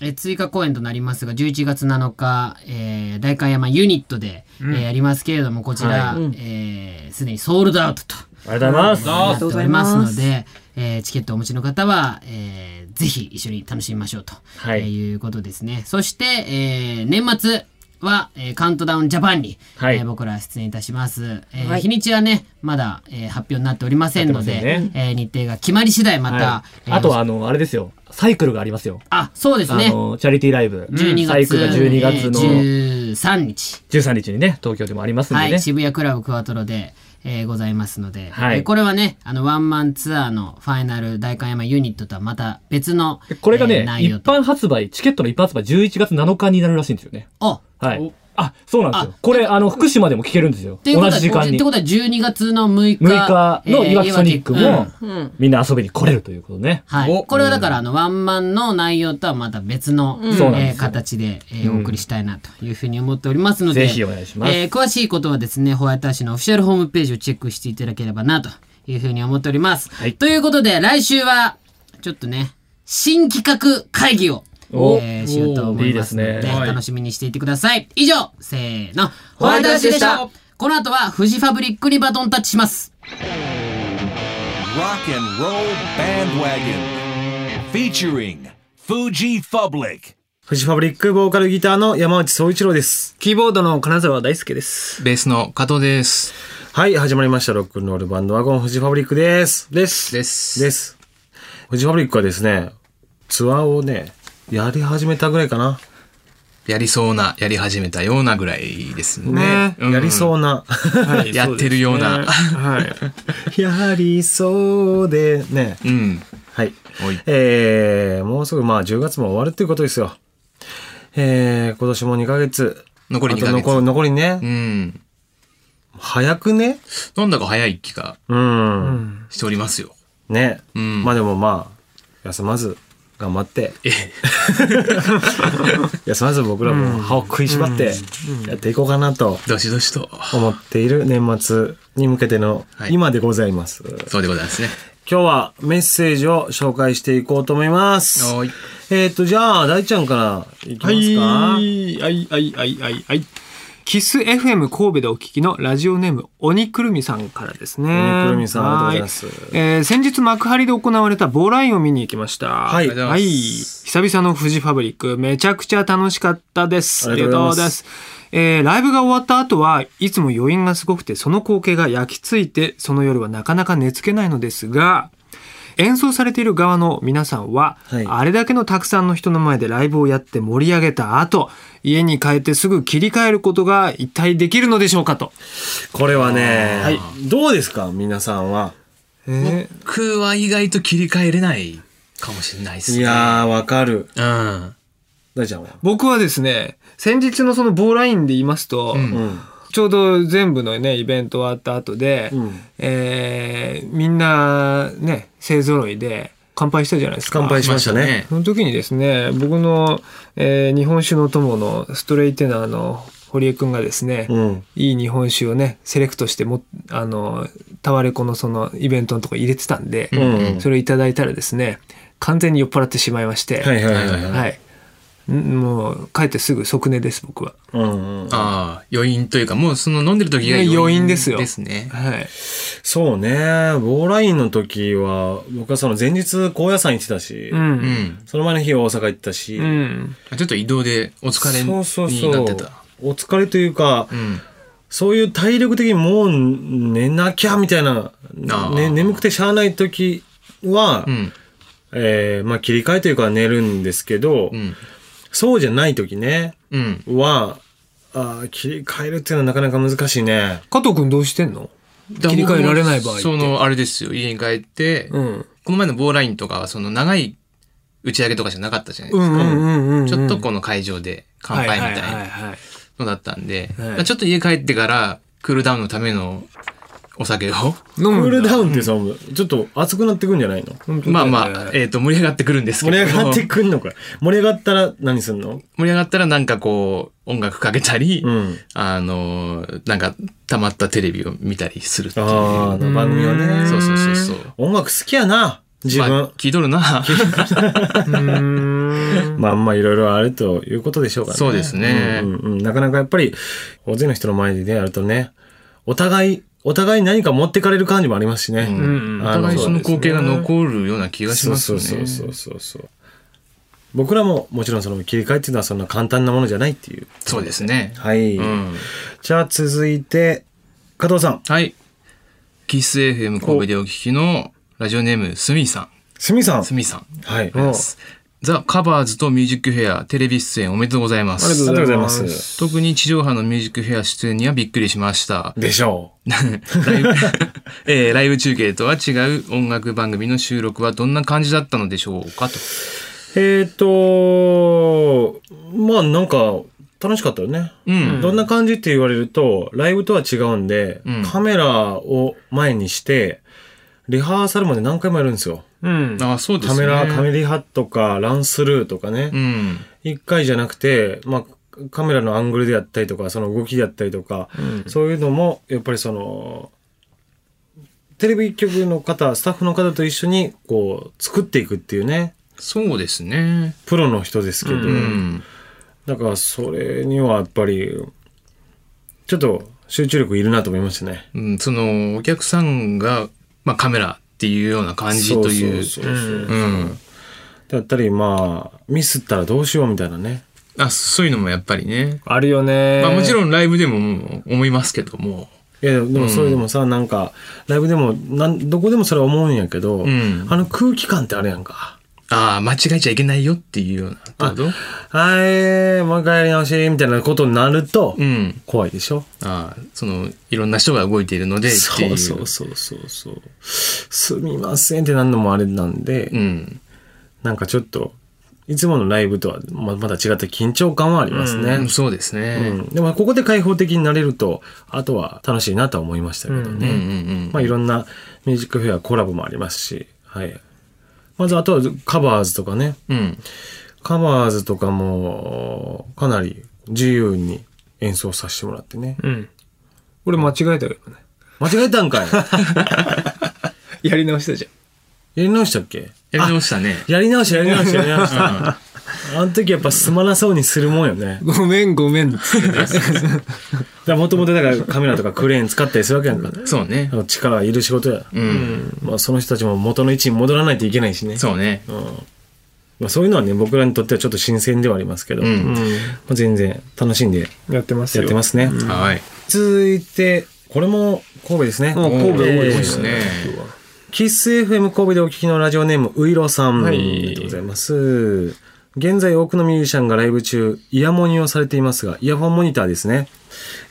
S4: えー追加公演となりますが、11月7日、えー、大観山ユニットで、えーやりますけれども、こちら、えーすでにソールドアウトと。
S2: ありがとうございます。
S1: あ
S4: なっておりますので、えーチケットをお持ちの方は、えーぜひ一緒に楽しみましょうと、
S2: はい
S4: えーいうことですね。そして、えー年末、は、えーカウントダウンジャパンに、
S2: はい
S4: えー僕ら出演いたします、えー
S5: はい
S4: 日にちはねまだ、えー発表になっておりませんの
S2: な
S4: で
S2: ってませんね
S4: えー日程が決まり次第また、
S2: はい
S4: えー
S2: あとは、あの、あれですよ。サイクルがありますよ。
S4: あそうです
S2: あ
S4: ね
S2: の、チャリティーライブ。
S4: 12
S2: サイ
S4: 月
S2: クルが12月の
S4: えー13日
S2: 13日にね、東京でもありますんで
S4: は
S2: ね
S4: い、。渋谷クラブクワトロで、えーございますので、
S2: はい
S4: えーこれはねあのワンマンツアーのファイナル代官山ユニットとはまた別の
S2: これが
S4: えー
S2: ね、
S4: 内
S2: 一
S4: 容と
S2: 般発売、チケットの一般発売11月7日になるらしいんですよね。
S4: あ
S2: はい。あ、そうなんですよ
S4: あ。
S2: これ、あの、福島でも聞けるんですよ。
S4: っていうこと
S2: 同
S4: は
S2: じ時間
S4: って
S2: に。
S4: ことは12月の6日
S2: 6日の
S4: えー
S2: いわきソニック
S4: いわ
S2: も
S4: き、
S2: みんな遊びに来れるということね。
S4: はい
S1: お
S4: これはだからあのワンマンの内容とはまた別の、え
S2: そうなんです
S4: ー形で、えーお送りしたいなというふうに思っておりますので
S2: ぜひお願いします
S4: えー詳しいことはですねホワイトアッシュのオフィシャルホームページをチェックしていただければなというふうに思っております、
S2: はい
S4: ということで来週はちょっとね新企画会議を
S2: お
S4: えーしようと思いますので
S2: いいですね
S1: はい
S4: 楽しみにしていてください以上せーのホワイトアッシュでしたこの後はフジファブリックにバトンタッチします
S3: Rock and Roll Bandwagon. Featuring Fuji Public.
S6: フジファブリックボーカルギターの山内総一郎です。キーボードの金沢大輔です。
S7: ベースの加藤です。
S6: はい、始まりました。ロックンロールバンドワゴンフジファブリックです。です。
S7: です
S6: です。フジファブリックはですね、ツアーをね、やり始めたぐらいかな。
S7: やりそうな、やり始めたようなぐらいですね。
S6: ね、やりそうな。
S7: うんやってるような。
S6: はい。やりそうでね。
S7: うん。
S6: はい
S7: おい。
S6: えー、もうすぐまあ10月も終わるっていうことですよ。えー、今年も2ヶ月。
S7: 残り2ヶ月
S6: あと残残りね、
S7: うん。
S6: 早くね。
S7: なんだか早い気が
S6: うん。
S7: しておりますよ。
S6: ね、
S7: ん
S6: まあでもまあ休まず頑張って
S7: え
S6: 休まず僕らも歯を食いしばってやっていこうかなと
S7: どしどしと。
S6: 思っている年末に向けての
S7: はい
S6: 今でございます、
S7: そうでございますね。
S6: 今日はメッセージを紹介していこうと思います
S7: はーい
S6: えっ、とじゃあ大ちゃんからいきますか、
S8: はい、はい、はい、はい、はい、はい。キス FM 神戸でお聞きのラジオネーム、鬼くるみさんからですね。
S6: 鬼くるみさん
S8: は
S6: ありがとうございます
S8: えー先日幕張で行われたボーラインを見に行きました。はいはい。久々のフジファブリック、めちゃくちゃ楽しかったです。
S6: ありがとうございます
S8: ありがとうございます。えーライブが終わった後はいつも余韻がすごくてその光景が焼き付いてその夜はなかなか寝つけないのですが演奏されている側の皆さんは、
S6: はい
S8: あれだけのたくさんの人の前でライブをやって盛り上げた後家に帰ってすぐ切り替えることが一体できるのでしょうかと。
S6: これはね、どうですか皆さんは
S8: え
S7: 僕は意外と切り替えれないかもしれないですね。
S6: いやーわかる
S7: うん。
S6: 大ちゃんは
S8: 僕はですね先日のそのボーラインで言いますと、
S6: うん
S8: ちょうど全部のねイベント終わった後で、
S6: うん
S8: えーみんなね勢ぞろいで乾杯したじゃないですか
S6: 乾杯しましたね。
S8: その時にですね僕の、えー日本酒の友のストレイテナーの堀江くんがですね、
S6: うん
S8: いい日本酒をねセレクトしてもあのタワレコのそのイベントのとこ入れてたんで、
S6: うん
S8: それをいただいたらですね完全に酔っ払ってしまいまして、
S6: はいはいはいはい、
S8: はい。んもう帰ってすぐ即寝です僕は。
S6: うんうん、
S7: ああ、余韻というか、もうその飲んでる時が
S8: 余韻ですよ。
S7: ですね。
S8: はい。
S6: そうね。ボーラインの時は、僕はその前日高野山行ってたし、
S8: う。
S7: うんん。
S6: その前の日大阪行ったし、
S8: うん。
S7: ちょっと移動でお疲れに
S6: そうそうそ
S7: な
S6: う
S7: ってた。
S6: お疲れというか、
S7: うん。
S6: そういう体力的にもう寝なきゃみたいな、
S7: あー
S6: ね、眠くてしゃあない時は、
S7: うん。
S6: えーまあ切り替えというか寝るんですけど、
S7: うん。
S6: そうじゃない時ね、
S7: うん。
S6: は、あー切り替えるっていうのはなかなか難しいね。
S8: 加藤くんどうしてんの
S7: 切
S8: 切り替えられない場合って
S7: その、あれですよ。家に帰って、
S8: うん。
S7: この前のボーラインとかは、その長い打ち上げとかじゃなかったじゃないで
S8: う
S7: す
S8: ん
S7: か。
S8: うんうんうんうん。
S7: ちょっとこの会場で乾杯みたい
S8: ははい
S7: な
S8: はいはい。
S7: のだったんで、
S8: はい
S7: まあちょっと家帰ってからクールダウンのためのお酒
S8: 飲
S7: を、
S6: クー
S8: むんだ
S6: ルダウンってさ、ちょっと熱くなってくんじゃないの
S7: まあまあ、えっ、と、盛り上がってくるんですけ
S6: 盛
S7: ど
S6: り上がってくんのか。盛り上がったら何すんの
S7: 盛り上がったらなんかこう、音楽かけたり、
S6: うん。
S7: あのー、なんか溜まったテレビを見たりするっていう。
S6: ああ、番組をね。
S7: そうそうそうそう。
S6: 音楽好きやな、自分。
S7: まあ、聞いとるな。
S6: まあ、まあ、いろいろあるということでしょうからね。
S7: そうですね
S6: うんうんうんなかなかやっぱり、大勢の人の前でね、やるとね、お互い、お互い何か持ってかれる感じもありますしね。
S7: うんお互いその光景が残るような気がし
S6: そう
S7: ます
S6: そ
S7: よ
S6: う
S7: ね。
S6: そうそうそうそう。僕らももちろんその切り替えっていうのはそんな簡単なものじゃないっていう。
S7: そうですね。
S6: はい。
S7: うん
S6: じゃあ続いて、加藤さん。
S7: はい。キス FM 神戸でお聞きのラジオネーム、スミさ
S6: すみさん。
S7: ん。スミさん。
S6: はい。
S7: ですザ・カバーズとミュージックフェアテレビ出演おめでとうございます。
S6: ありがとうございます。
S7: 特に地上波のミュージックフェア出演にはびっくりしました。
S6: でしょ う。
S7: ライブえーライブ中継とは違う音楽番組の収録はどんな感じだったのでしょうかと。
S6: えっ、と、まあなんか、楽しかったよね。
S7: うん。
S6: どんな感じって言われると、ライブとは違うんで、
S7: うん
S6: カメラを前にして、リハーサルまで何回もやるんですよ。
S8: うん。
S7: あ、そうです
S6: カ
S7: ね。
S6: メラ、カメリハとか、ランスルーとかね
S7: う。ん。
S6: 一、回じゃなくて、まあ、カメラのアングルであったりとか、その動きであったりとか、そういうのも、やっぱりその、テレビ局の方、スタッフの方と一緒に、こう、作っていくっていうね、
S7: そうですね。
S6: プロの人ですけど、
S7: うん。
S6: だからそれにはやっぱり、ちょっと集中力いるなと思いましたね。
S7: うん、その、お客さんが、まあカメラっていうような感じという。
S6: そうそうそうそう
S7: うん。
S6: だったり、まあ、ミスったらどうしようみたいなね。
S7: あ、そういうのもやっぱりね。
S8: あるよね。
S7: まあもちろんライブでももう思いますけども。
S6: いや、でもそれでもさ、なんか、ライブでも、なんどこでもそれは思うんやけど、
S7: ん
S6: あの空気感ってあるやんか。
S7: ああ、間違えちゃいけないよっていうような。あ、どう
S6: はい、もう一回やり直し、みたいなことになると、
S7: うん。
S6: 怖いでしょ
S7: ああ、その、いろんな人が動いているのでって
S6: そ
S7: いう。
S6: うそうそうそうそう。すみませんってなんのもあれなんで、
S7: うん。
S6: なんかちょっと、いつものライブとはままだ違った緊張感はありますね。
S7: うんそうです
S6: う
S7: ね。
S6: んでもここで開放的になれると、あとは楽しいなとは思いましたけどね。
S7: うんうん
S6: まあいろんなミュージックフェアコラボもありますし、はい。まずあとはカバーズとかね。
S7: うん。うん。
S6: カバーズとかも、かなり自由に演奏させてもらってね。
S8: うん。俺間違えたけどね。
S6: 間違えたんかい
S8: やり直したじゃん。
S6: やり直したっけ
S7: やり直したね。
S6: やり直したやり直したやり直した。あの時やっぱすまなそうにするもんよね。
S8: ごめんごめん。
S6: もともとだからカメラとかクレーン使ったりするわけやんか。
S7: そうね
S6: あ。の力いる仕事や。
S7: うん。
S6: まあその人たちも元の位置に戻らないといけないしね。
S7: そうね。
S6: まあ、そういうのはね、僕らにとってはちょっと新鮮ではありますけど、
S7: う
S6: ま
S7: ん。
S6: あ、全然楽しんで
S8: やってます
S6: や
S8: よ。
S6: ってますね。
S7: はい。
S6: 続いて、これも神戸ですね。
S8: もう神戸多い
S7: 多い
S8: で
S7: です
S8: す
S7: ね
S8: ね。。
S6: キス FM 神戸でお聞きのラジオネーム、ういろさん。
S8: はい
S6: ありがとうございます。現在多くのミュージシャンがライブ中、イヤモニをされていますが、イヤホンモニターですね。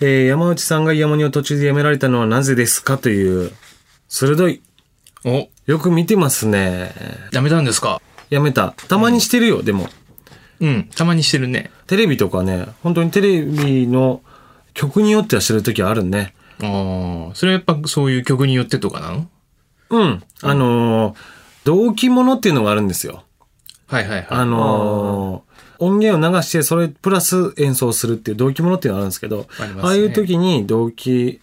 S6: えー山内さんがイヤモニを途中でやめられたのはなぜですかという、鋭い。
S7: お、
S6: よく見てますね。
S7: やめたんですか
S6: やめた。たまにしてるよ、でも。
S7: うん。たまにしてるね。
S6: テレビとかね、本当にテレビの曲によってはしてる時はあるね。
S7: ああ、それはやっぱそういう曲によってとかなの
S6: うん。あのー同期ものっていうのがあるんですよ。
S7: はいはいはい。
S6: あのー音源を流して、それプラス演奏するっていう同期ものっていうのがあるんですけど、
S7: ありますね
S6: ああいう時に同期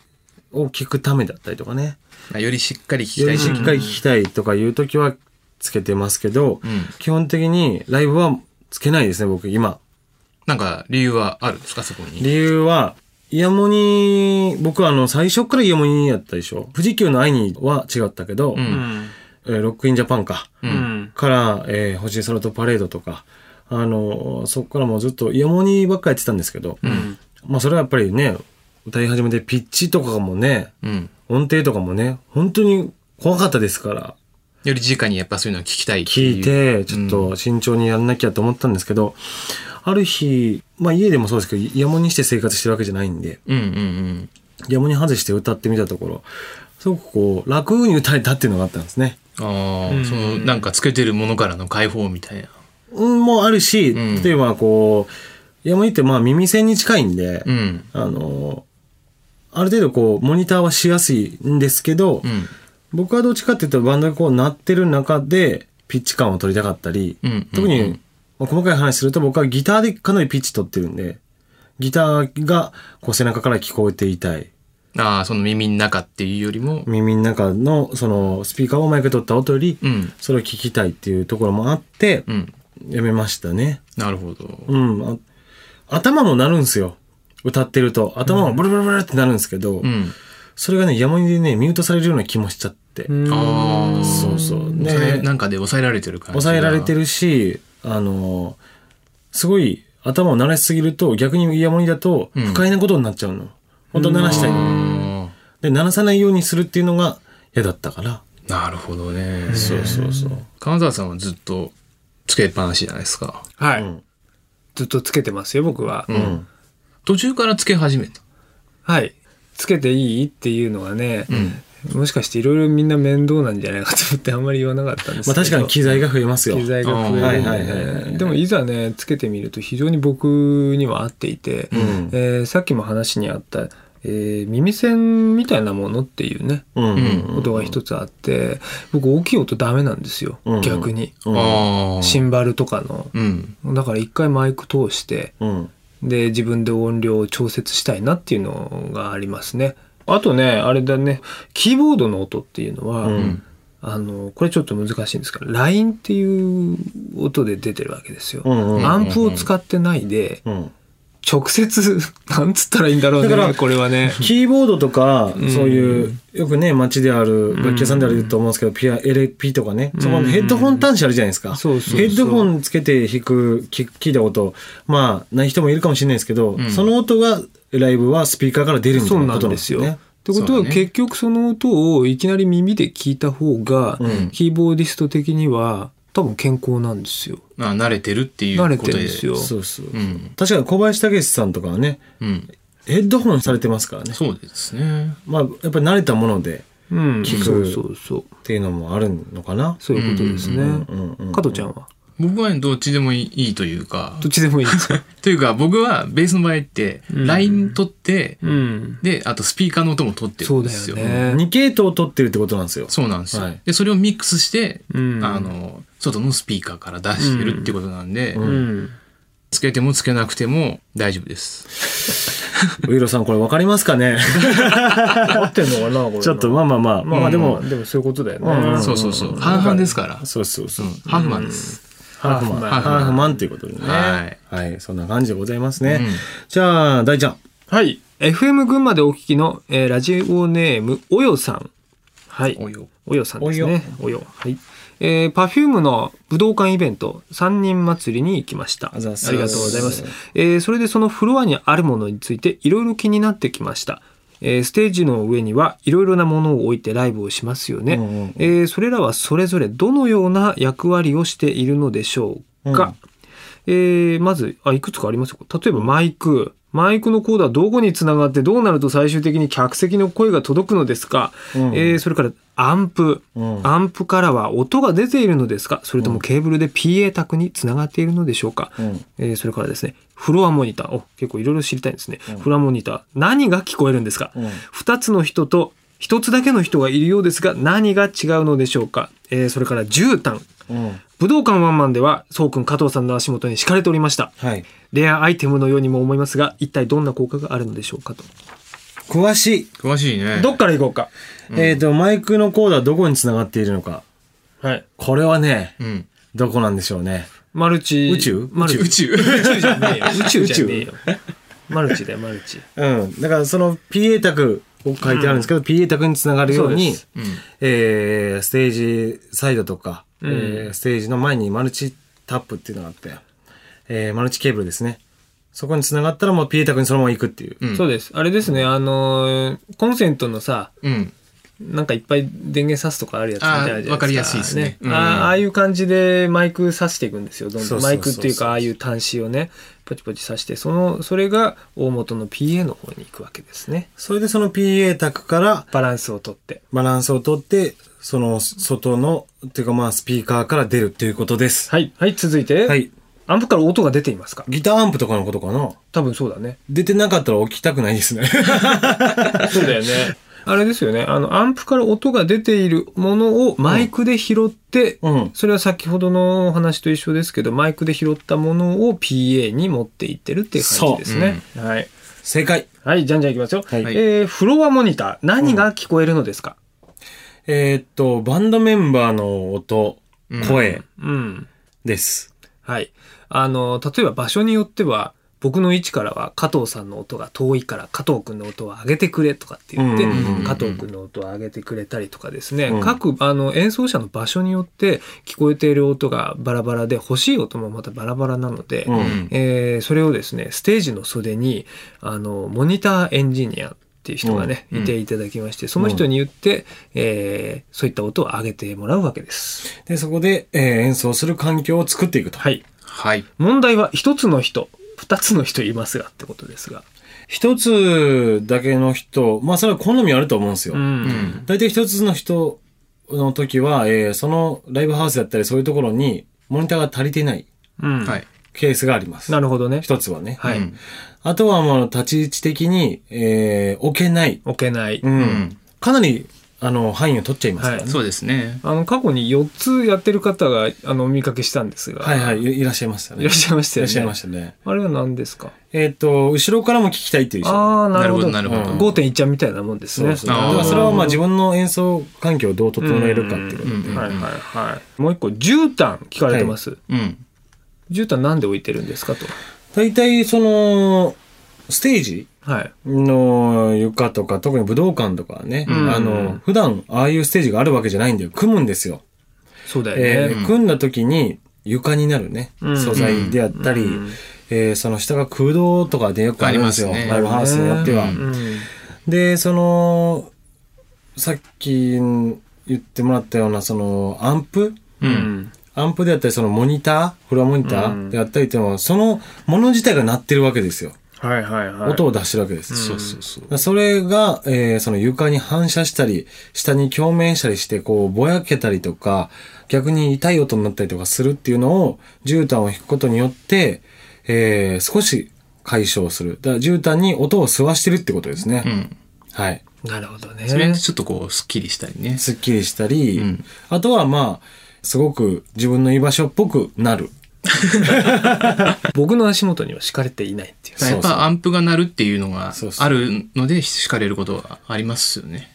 S6: を聞くためだったりとかね、
S7: まあよりしっかり聞き
S6: よ
S7: たい
S6: りしっかり聞きたいとかいう時はつけてますけど、
S7: ん
S6: 基本的にライブはつけないですね、僕今。
S7: なんか理由はあるんですかそこに。
S6: 理由は、イヤモニ、僕はあの、最初からイヤモニやったでしょ。富士急の愛には違ったけど、
S7: うん
S6: えーロックインジャパンか。
S8: うん。
S6: から、えー星空とパレードとか、あのーそこからもうずっとイヤモニばっかやってたんですけど、まあそれはやっぱりね、歌い始めてピッチとかもね、
S7: うん。
S6: 音程とかもね、本当に怖かったですから、
S7: より直にやっぱそういうのを聞きたいっていう
S6: 聞い。て、ちょっと慎重にやんなきゃと思ったんですけど、ある日、まあ家でもそうですけど、イヤモニして生活してるわけじゃないんで、
S7: うんうんうん。
S6: イヤモニ外して歌ってみたところ、すごくこう、楽に歌えたっていうのがあったんですね。
S7: ああ、そのなんかつけてるものからの解放みたいな。
S6: うん、もあるし、
S7: ん
S6: 例えばこう、イヤモニってまあ耳栓に近いんで、
S7: うん。
S6: あの、ある程度こう、モニターはしやすいんですけど、
S7: うん。
S6: 僕はどっちかっていうとバンドがこう鳴ってる中で、ピッチ感を取りたかったり、
S7: うんうん
S6: 特に、まあ細かい話すると僕はギターでかなりピッチ取ってるんで、ギターがこう背中から聞こえていたい。
S7: ああ、その耳の中っていうよりも。
S6: 耳の中のそのスピーカーをマイクで取った音より、
S7: うん。
S6: それを聞きたいっていうところもあって
S7: う、ん。
S6: やめましたね。
S7: なるほど。
S6: うん。あ頭も鳴るんですよ。歌ってると。頭もブルブルブルってなるんですけど、
S7: うん。
S6: それがね、山にでね、ミュートされるような気もしちゃって。
S7: ああ。
S6: そうそう。
S7: それ
S6: ね
S7: なんかで抑えられてる感じ。
S6: 抑えられて
S7: る。
S6: るし、あの、すごい頭を慣らしすぎると、逆に山にだと不快なことになっちゃうの。本当は慣らしたいの。で、慣らさないようにするっていうのが嫌だったから。
S7: なるほどね。
S6: そうそうそう。
S7: 金沢さんはずっとつけっぱなしじゃないですか。
S8: はい、
S6: ん
S8: ずっとつけてますよ、僕は。
S6: うん。
S7: 途中からつけ始めた。
S8: はい。つけていいっていうのがね、もしかしていろいろみんな面倒なんじゃないかと思ってあんまり言わなかったんですけど。
S6: まあ確かに機材が増えますよ。
S8: 機材が増
S6: はい
S8: え
S6: はいはい
S8: るねでもいざねつけてみると非常に僕には合っていて、
S6: ん
S8: えーさっきも話にあった、えー耳栓みたいなものっていうね
S6: うんうん
S8: ことが一つあって僕大きい音ダメなんですよ、
S6: うん
S8: 逆に
S6: うん。
S7: ああ。
S8: シンバルとかの
S7: うん。
S8: だから一回マイク通して
S6: うん。
S8: で自分で音量を調節したいなっていうのがありますねあとねあれだねキーボードの音っていうのは、
S6: うん
S8: あのこれちょっと難しいんですけどラインっていう音で出てるわけですよ、
S6: うんうん
S8: アンプを使ってないで、
S6: うん。
S8: 直接、 なんつったらいいんだろう
S6: だから
S8: ね、これはね。
S6: キーボードとか、そういう、よくね、街である、楽器屋さんであると思うんですけど、ピア、LP とかね、そこのヘッドホン端子あるじゃないですか。
S8: そうそうそう
S6: ヘッドホンつけて弾く、き聞いたこと、まあ、ない人もいるかもしれないですけど、その音が、ライブはスピーカーから出るみた
S8: そ
S6: いうな
S8: な
S6: こと
S8: ん
S6: な
S8: で
S6: んですす
S8: よ。
S6: よね。
S8: ってことは結局その音をいきなり耳で聞いた方が、キーボーディスト的には多分健康なんですよ。
S7: まあ慣れてるっていうこ
S8: 慣
S7: とで。
S8: れてるんですよ。
S6: そうそう。
S7: うん。
S6: 確かに小林武史さんとかはね、
S7: うん。
S6: ヘッドホンされてますからね。
S7: そうですね。
S6: まあ、やっぱり慣れたもので
S8: うん。
S6: 聞く
S8: そうそうそう。
S6: っていうのもあるのかな。
S8: そういうことですね。
S6: うんうん。
S8: 加藤ちゃんは
S7: 僕はねどっちでもいいというか、
S8: どっちでもいいですか
S7: というか僕はベースの場合って、ライン取って、
S8: うん。
S7: で、あとスピーカーの音も取ってる
S8: そ
S7: ん
S8: う
S7: で
S8: だ
S7: す
S8: よ
S7: よ。
S8: ね。
S6: 2系統を取ってるってことなんですよ。
S7: そうなんですよ、
S6: はい
S7: で、それをミックスして、
S8: ん
S7: あの、外のスピーカーから出してるってことなんで、
S8: うん。
S7: つけてもつけなくても大丈夫です。
S6: ウイロさん、これ わかります かね
S8: 合ってんのかな、これ。
S6: ちょっと、まあまあまあ、まあまあでも、
S8: でもそういうことだよ
S6: うん
S8: ね。
S7: そうそうそう。半々ですから。
S6: そうそうそう
S7: う。ん、ハーフマンです。
S6: ハーフマン。
S7: ハ
S6: ハ
S7: ー
S6: ー
S7: フマン
S6: フマンということでね。
S7: はい
S6: はい。そんな感じでございますね。じゃあ、大ちゃん。
S8: はい。FM 群馬でお聞きの、えーラジオネーム、およさん。はい。
S7: およ。
S8: およさんですね。およ。はい。えー、パフュームの武道館イベント、三人祭りに行きました。あ
S6: あ
S8: り
S6: ざ
S8: が
S6: っす
S8: とうございます。えーそれでそのフロアにあるものについて、いろいろ気になってきました。えーステージの上にはいろいろなものを置いてライブをしますよね、
S6: うんうん
S8: えーそれらはそれぞれどのような役割をしているのでしょうか、えーまずあいくつかありますよ例えばマイクマイクのコードはどこにつながってどうなると最終的に客席の声が届くのですか、えーそれからアンプ、
S6: うん
S8: アンプからは音が出ているのですかそれともケーブルで PA 卓につながっているのでしょうか、
S6: ん
S8: えーそれからですねフロアモニターお結構いろいろ知りたいんですね、フロアモニター何が聞こえるんですか、2つの人と1つだけの人がいるようですが何が違うのでしょうか、えーそれから絨毯武道館ワンマンでは、そうくん加藤さんの足元に敷かれておりました。
S6: はい。
S8: レアアイテムのようにも思いますが、一体どんな効果があるのでしょうかと。
S6: 詳しい。
S7: 詳しいね。
S8: どっから行こうか。
S6: えっと、マイクのコードはどこにつながっているのか。
S8: はい。
S6: これはね、
S7: うん。
S6: どこなんでしょうね。
S8: マルチ。
S6: 宇宙
S8: マルチ。
S7: 宇宙。
S8: 宇宙じゃねえよ。宇宙じゃねえよ
S6: 宇。
S8: マルチだよ、マルチ。
S6: うん。だから、その PA 卓、ここ書いてあるんですけど、PA 卓につながるように
S8: そう、
S6: えーステージサイドとか、えーステージの前にマルチタップっていうのがあって、えーマルチケーブルですね。そこにつながったらもう PA 卓にそのまま行くっていう。
S7: ん
S8: そうです。あれですね、あのーコンセントのさ、
S7: うん。
S8: なんかいっぱい電源挿すとかあるやつみたいなのあるじゃないですか。
S7: あーわかりやすいですねうん
S8: あーああいう感じでマイク挿していくんですよ。どん
S6: そ
S8: ど
S6: うんそう
S8: マ
S6: そうそう
S8: イクっていうかああいう端子をね、ポチポチ挿して、その、それが大元の PA の方に行くわけですね。
S6: それでその PA 卓から
S8: バランスをとって。
S6: バランスをとって、その外の、っていうかまあスピーカーから出るっていうことです。
S8: はい。はい、続いて。
S6: はい。
S8: アンプから音が出ていますか
S6: ギターアンプとかのことかな
S8: 多分そうだね。
S6: 出てなかったら起きたくないです ね。
S8: そうだよね。あれですよね。あの、アンプから音が出ているものをマイクで拾って、
S6: うん
S8: それは先ほどのお話と一緒ですけど、マイクで拾ったものを PA に持っていってるっていう感じですね。はい。
S6: 正解。
S8: はい、じゃんじゃんいきますよ。
S6: はい
S8: えー、フロアモニター、何が聞こえるのですか、
S6: えーっと、バンドメンバーの音、声
S8: うん、
S6: です。
S8: はい。あの、例えば場所によっては、僕の位置からは加藤さんの音が遠いから加藤君の音を上げてくれとかって言って、
S6: うんうんうんうん
S8: 加藤君の音を上げてくれたりとかですね、
S6: うん
S8: 各あの演奏者の場所によって聞こえている音がバラバラで欲しい音もまたバラバラなので、
S6: うん
S8: えーそれをですねステージの袖にあのモニターエンジニアっていう人がね、
S7: うん
S8: いていただきましてその人に言って、えーそういった音を上げてもらうわけです。
S6: で、そこで、えー演奏する環境を作っていくと。
S8: はい、
S7: はい。
S8: 問題は一つの人二つの人いますがってことですが。
S6: 一つだけの人、まあそれは好みあると思うんですよ。
S8: うん
S6: 大体一つの人の時は、えーそのライブハウスだったりそういうところにモニターが足りてない
S8: うん
S7: はい。
S6: ケースがあります。
S8: なるほどね。
S6: 一つはね。
S8: はい。
S7: うん
S6: あとはもう立ち位置的に、えー置けない。
S8: 置けない。
S6: うん。
S7: ん
S6: かなり、あの、範囲を取っちゃいますからね。
S7: そうですね。
S8: あの、過去に4つやってる方が、あの、お見かけしたんですが。
S6: はい、はいい、いらっしゃいましたね。
S8: いらっしゃいましたよね
S6: いらっしゃいましたね。
S8: あれは何ですか
S6: えっ、と、後ろからも聞きたいっていう人。
S8: ああ、なるほど。
S7: なるほどなるほ
S6: ど
S8: 5.1ちゃんみたいなもんです
S6: そう
S8: ね。
S6: ですね。
S7: あー
S6: だからそれはまあ自分の演奏環境をどう整えるかっていうこ
S7: う
S6: とで。
S7: んうん
S8: はいはいはい。もう一個、絨毯聞かれてます。
S7: うん。
S8: 絨毯なんで置いてるんですかと。
S6: 大体その、ステージ
S8: はい。
S6: の床とか、特に武道館とかはね、
S7: うん
S6: あの、普段ああいうステージがあるわけじゃないんだよ。組むんですよ。
S8: そうだ
S6: え
S8: よね。
S6: ー組んだ時に床になるね、
S8: うん
S6: 素材であったり、えーその下が空洞とかでよくありますよ。
S7: ありますね
S6: ライブハウスによっては。
S7: うん
S8: うん
S6: で、その、さっき言ってもらったような、その、アンプ
S7: うん。
S6: アンプであったり、そのモニター、フロアモニターであったりっていうのは、そのもの自体が鳴ってるわけですよ。
S8: はいはいはい。
S6: 音を出してるわけです。
S7: そうそうそう。
S6: それが、えーその床に反射したり、下に共鳴したりして、こう、ぼやけたりとか、逆に痛い音になったりとかするっていうのを、絨毯を引くことによって、えー少し解消する。だから、絨毯に音を吸わしてるってことですね。
S7: うん。
S6: はい。
S8: なるほどね。
S7: それでちょっとこう、スッキリしたりね。
S6: すっきりしたり、
S7: ん
S6: あとは、まあ、すごく自分の居場所っぽくなる。
S8: 僕の足元には敷かれていないっていう。
S6: そうそ
S7: や
S6: う
S7: っぱアンプが鳴るっていうのが
S6: そうそう
S7: あるので惹かれることはありますよね。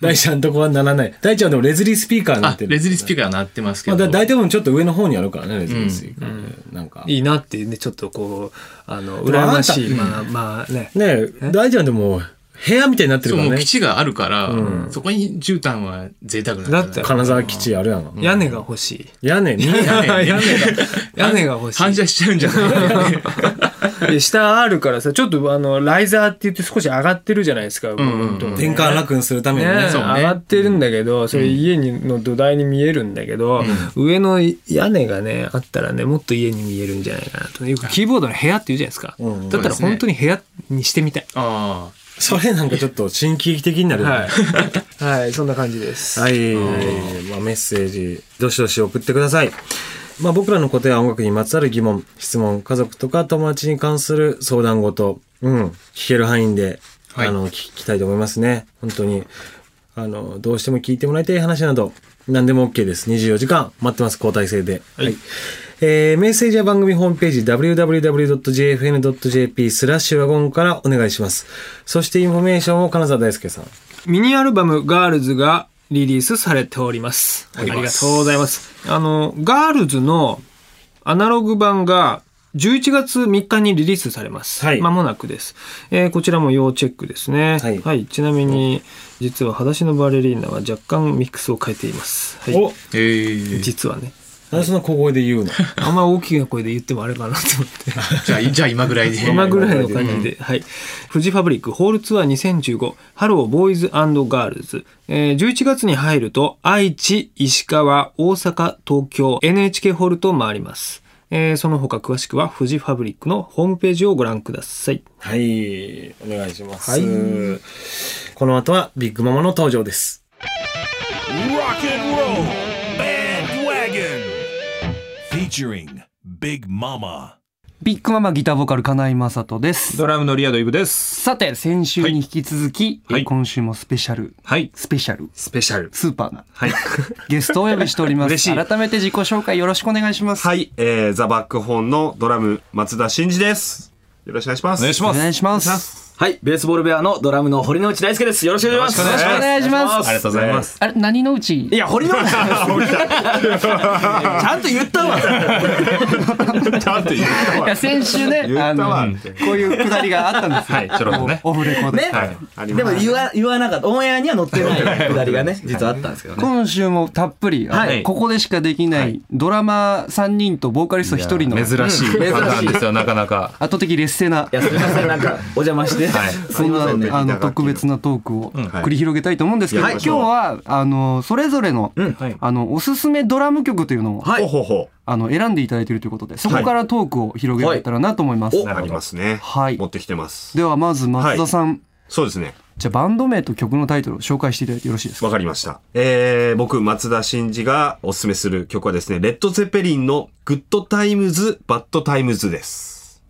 S6: 大ちゃんとこはならない。大ちゃんはでもレズリースピーカーになっ
S7: あ、
S6: てる。
S7: レズリースピーカーは鳴ってますけ
S6: まあ、
S7: ど。
S6: だ大体もちょっと上の方にあるからね、レズリースピーカーって、なんか。
S8: いいなっていうね、ちょっとこう、あの、
S6: でもあ
S8: 羨
S6: んた
S8: ましい。まあまあね。
S6: ねえ、大ちゃんでも、部屋みたいになってる
S7: そう、
S6: か
S7: も
S6: ら
S7: う
S6: ね
S7: 基。地があるから、そこに絨毯は贅沢なん
S8: だって
S6: 金沢基地あるやん。
S8: 屋根が欲しい。
S6: 屋 根に、
S7: 屋根屋根が
S8: 屋根が欲しい。
S7: 反射しちゃうんじゃない
S8: いや下あるからさちょっとあのライザーって言って少し上がってるじゃないですか、
S7: んうん
S8: 部分と
S6: 天下楽にするため
S8: ね
S6: にね。
S7: そうね
S8: 上がってるんだけど、それ家にの土台に見えるんだけど、上の屋根がねあったらねもっと家に見えるんじゃないかなとよくキーボードの部屋って言うじゃないですか、
S6: うんうん
S8: だったら
S7: そうですね
S8: 本当に部屋にしてみたい、
S7: あ
S6: それなんかちょっと、新喜劇的になるよね。
S8: はいはいそんな感じです、
S6: はい。まあ、メッセージ、どしどし送ってください。まあ、僕らのことや音楽にまつわる疑問、質問、家族とか友達に関する相談事、うん、聞ける範囲で、
S7: はい
S6: あの、聞きたいと思いますね。本当に。あの、どうしても聞いてもらいたい話など、何でも OK です。24時間待ってます、交代制で。はい。えーメッセージは番組ホームページ www.jfn.jp スラッシュワゴンからお願いします。そしてインフォメーションを金沢大輔さん。
S8: ミニアルバム「ガールズ」がリリースされております。ありがとうございます。あの、ガールズのアナログ版が11月3日にリリースされます。
S6: はい
S8: 間もなくです。えーこちらも要チェックですね。
S6: はい
S8: ちなみに、実は裸足のバレリーナは若干ミックスを変えています。はい。
S6: お
S7: あ。ええ。
S8: 実はね。
S6: なんでそんな小声で言うの
S8: あんま大きな声で言ってもあれかなと思って。
S7: じゃあ、じゃあ今ぐらいで。
S8: 今ぐらいの感じで、はい。フジファブリックホールツアー2015、ハローボーイズガールズ。えー11月に入ると、愛知、石川、大阪、東京、NHK ホールと回ります。えーその他詳しくは、フジファブリックのホームページをご覧ください。
S6: はい、お願いします。
S8: はい
S6: この後はビッグママの登場です。
S3: Rock and roll bandwagon featuring Big Mama.
S9: ビッグママギターボーカル金井雅人です。
S10: ドラムのリアドイブです。
S9: さて、先週に引き続き、
S10: はい
S9: えー今週もスペシャル、
S10: はい。
S9: スペシャル、
S10: スペシャル。
S9: スーパーな
S10: はい。
S9: ゲストをお呼びしております。
S10: 嬉しい
S9: 改めて自己紹介よろしくお願いします。。
S10: はいい。えー、ザ・バックホーンのドラム、松田真二です。よろしくお願いします。
S9: お願いします。
S10: はい、ベースボールベアのドラムの堀之内大輔です。よろしくお願いします。
S7: よろしくお
S9: 願いします
S7: ありがとうございます。
S9: あれ、何のうち
S10: いや、堀之内ちゃんと言ったわ。
S7: ちゃんと言った
S9: いや先週ね、あの、こういうくだりがあったんですよ。
S7: はい、ちょろっとね。
S9: オフレコで。
S10: ね、でも言わ言わなかった。オンエアには載ってないくだ りがね、実はあったんですけどね。
S9: 今週もたっぷり、あの
S7: はい
S9: ここでしかできないドラマー3人とボーカリスト1人の圧
S7: 珍しいパターンですよ、なかなか。
S9: 倒的劣勢ない
S10: や、すみません、なんかお邪魔して。
S7: はい
S10: す
S9: そ
S10: み
S9: ん
S10: ませんね。
S9: なあの特別なトークを繰り広げたいと思うんですけど、
S10: はい
S9: 今日はあのそれぞれの,、あのおすすめドラム曲というのを、
S10: はい。
S9: あの選んでいただいているということでそこからトークを広げられたらなと思います。はい
S11: ありますね。
S9: はい
S11: 持ってきてます。
S9: ではまず松田さん、
S11: そうですね。
S9: じゃあバンド名と曲のタイトルを紹介していただいてよろしいですか
S11: わかりました。えー、僕、松田真二がおすすめする曲はですね、レッド・ゼペリンのグッド・タイムズ・バッド・タイムズです。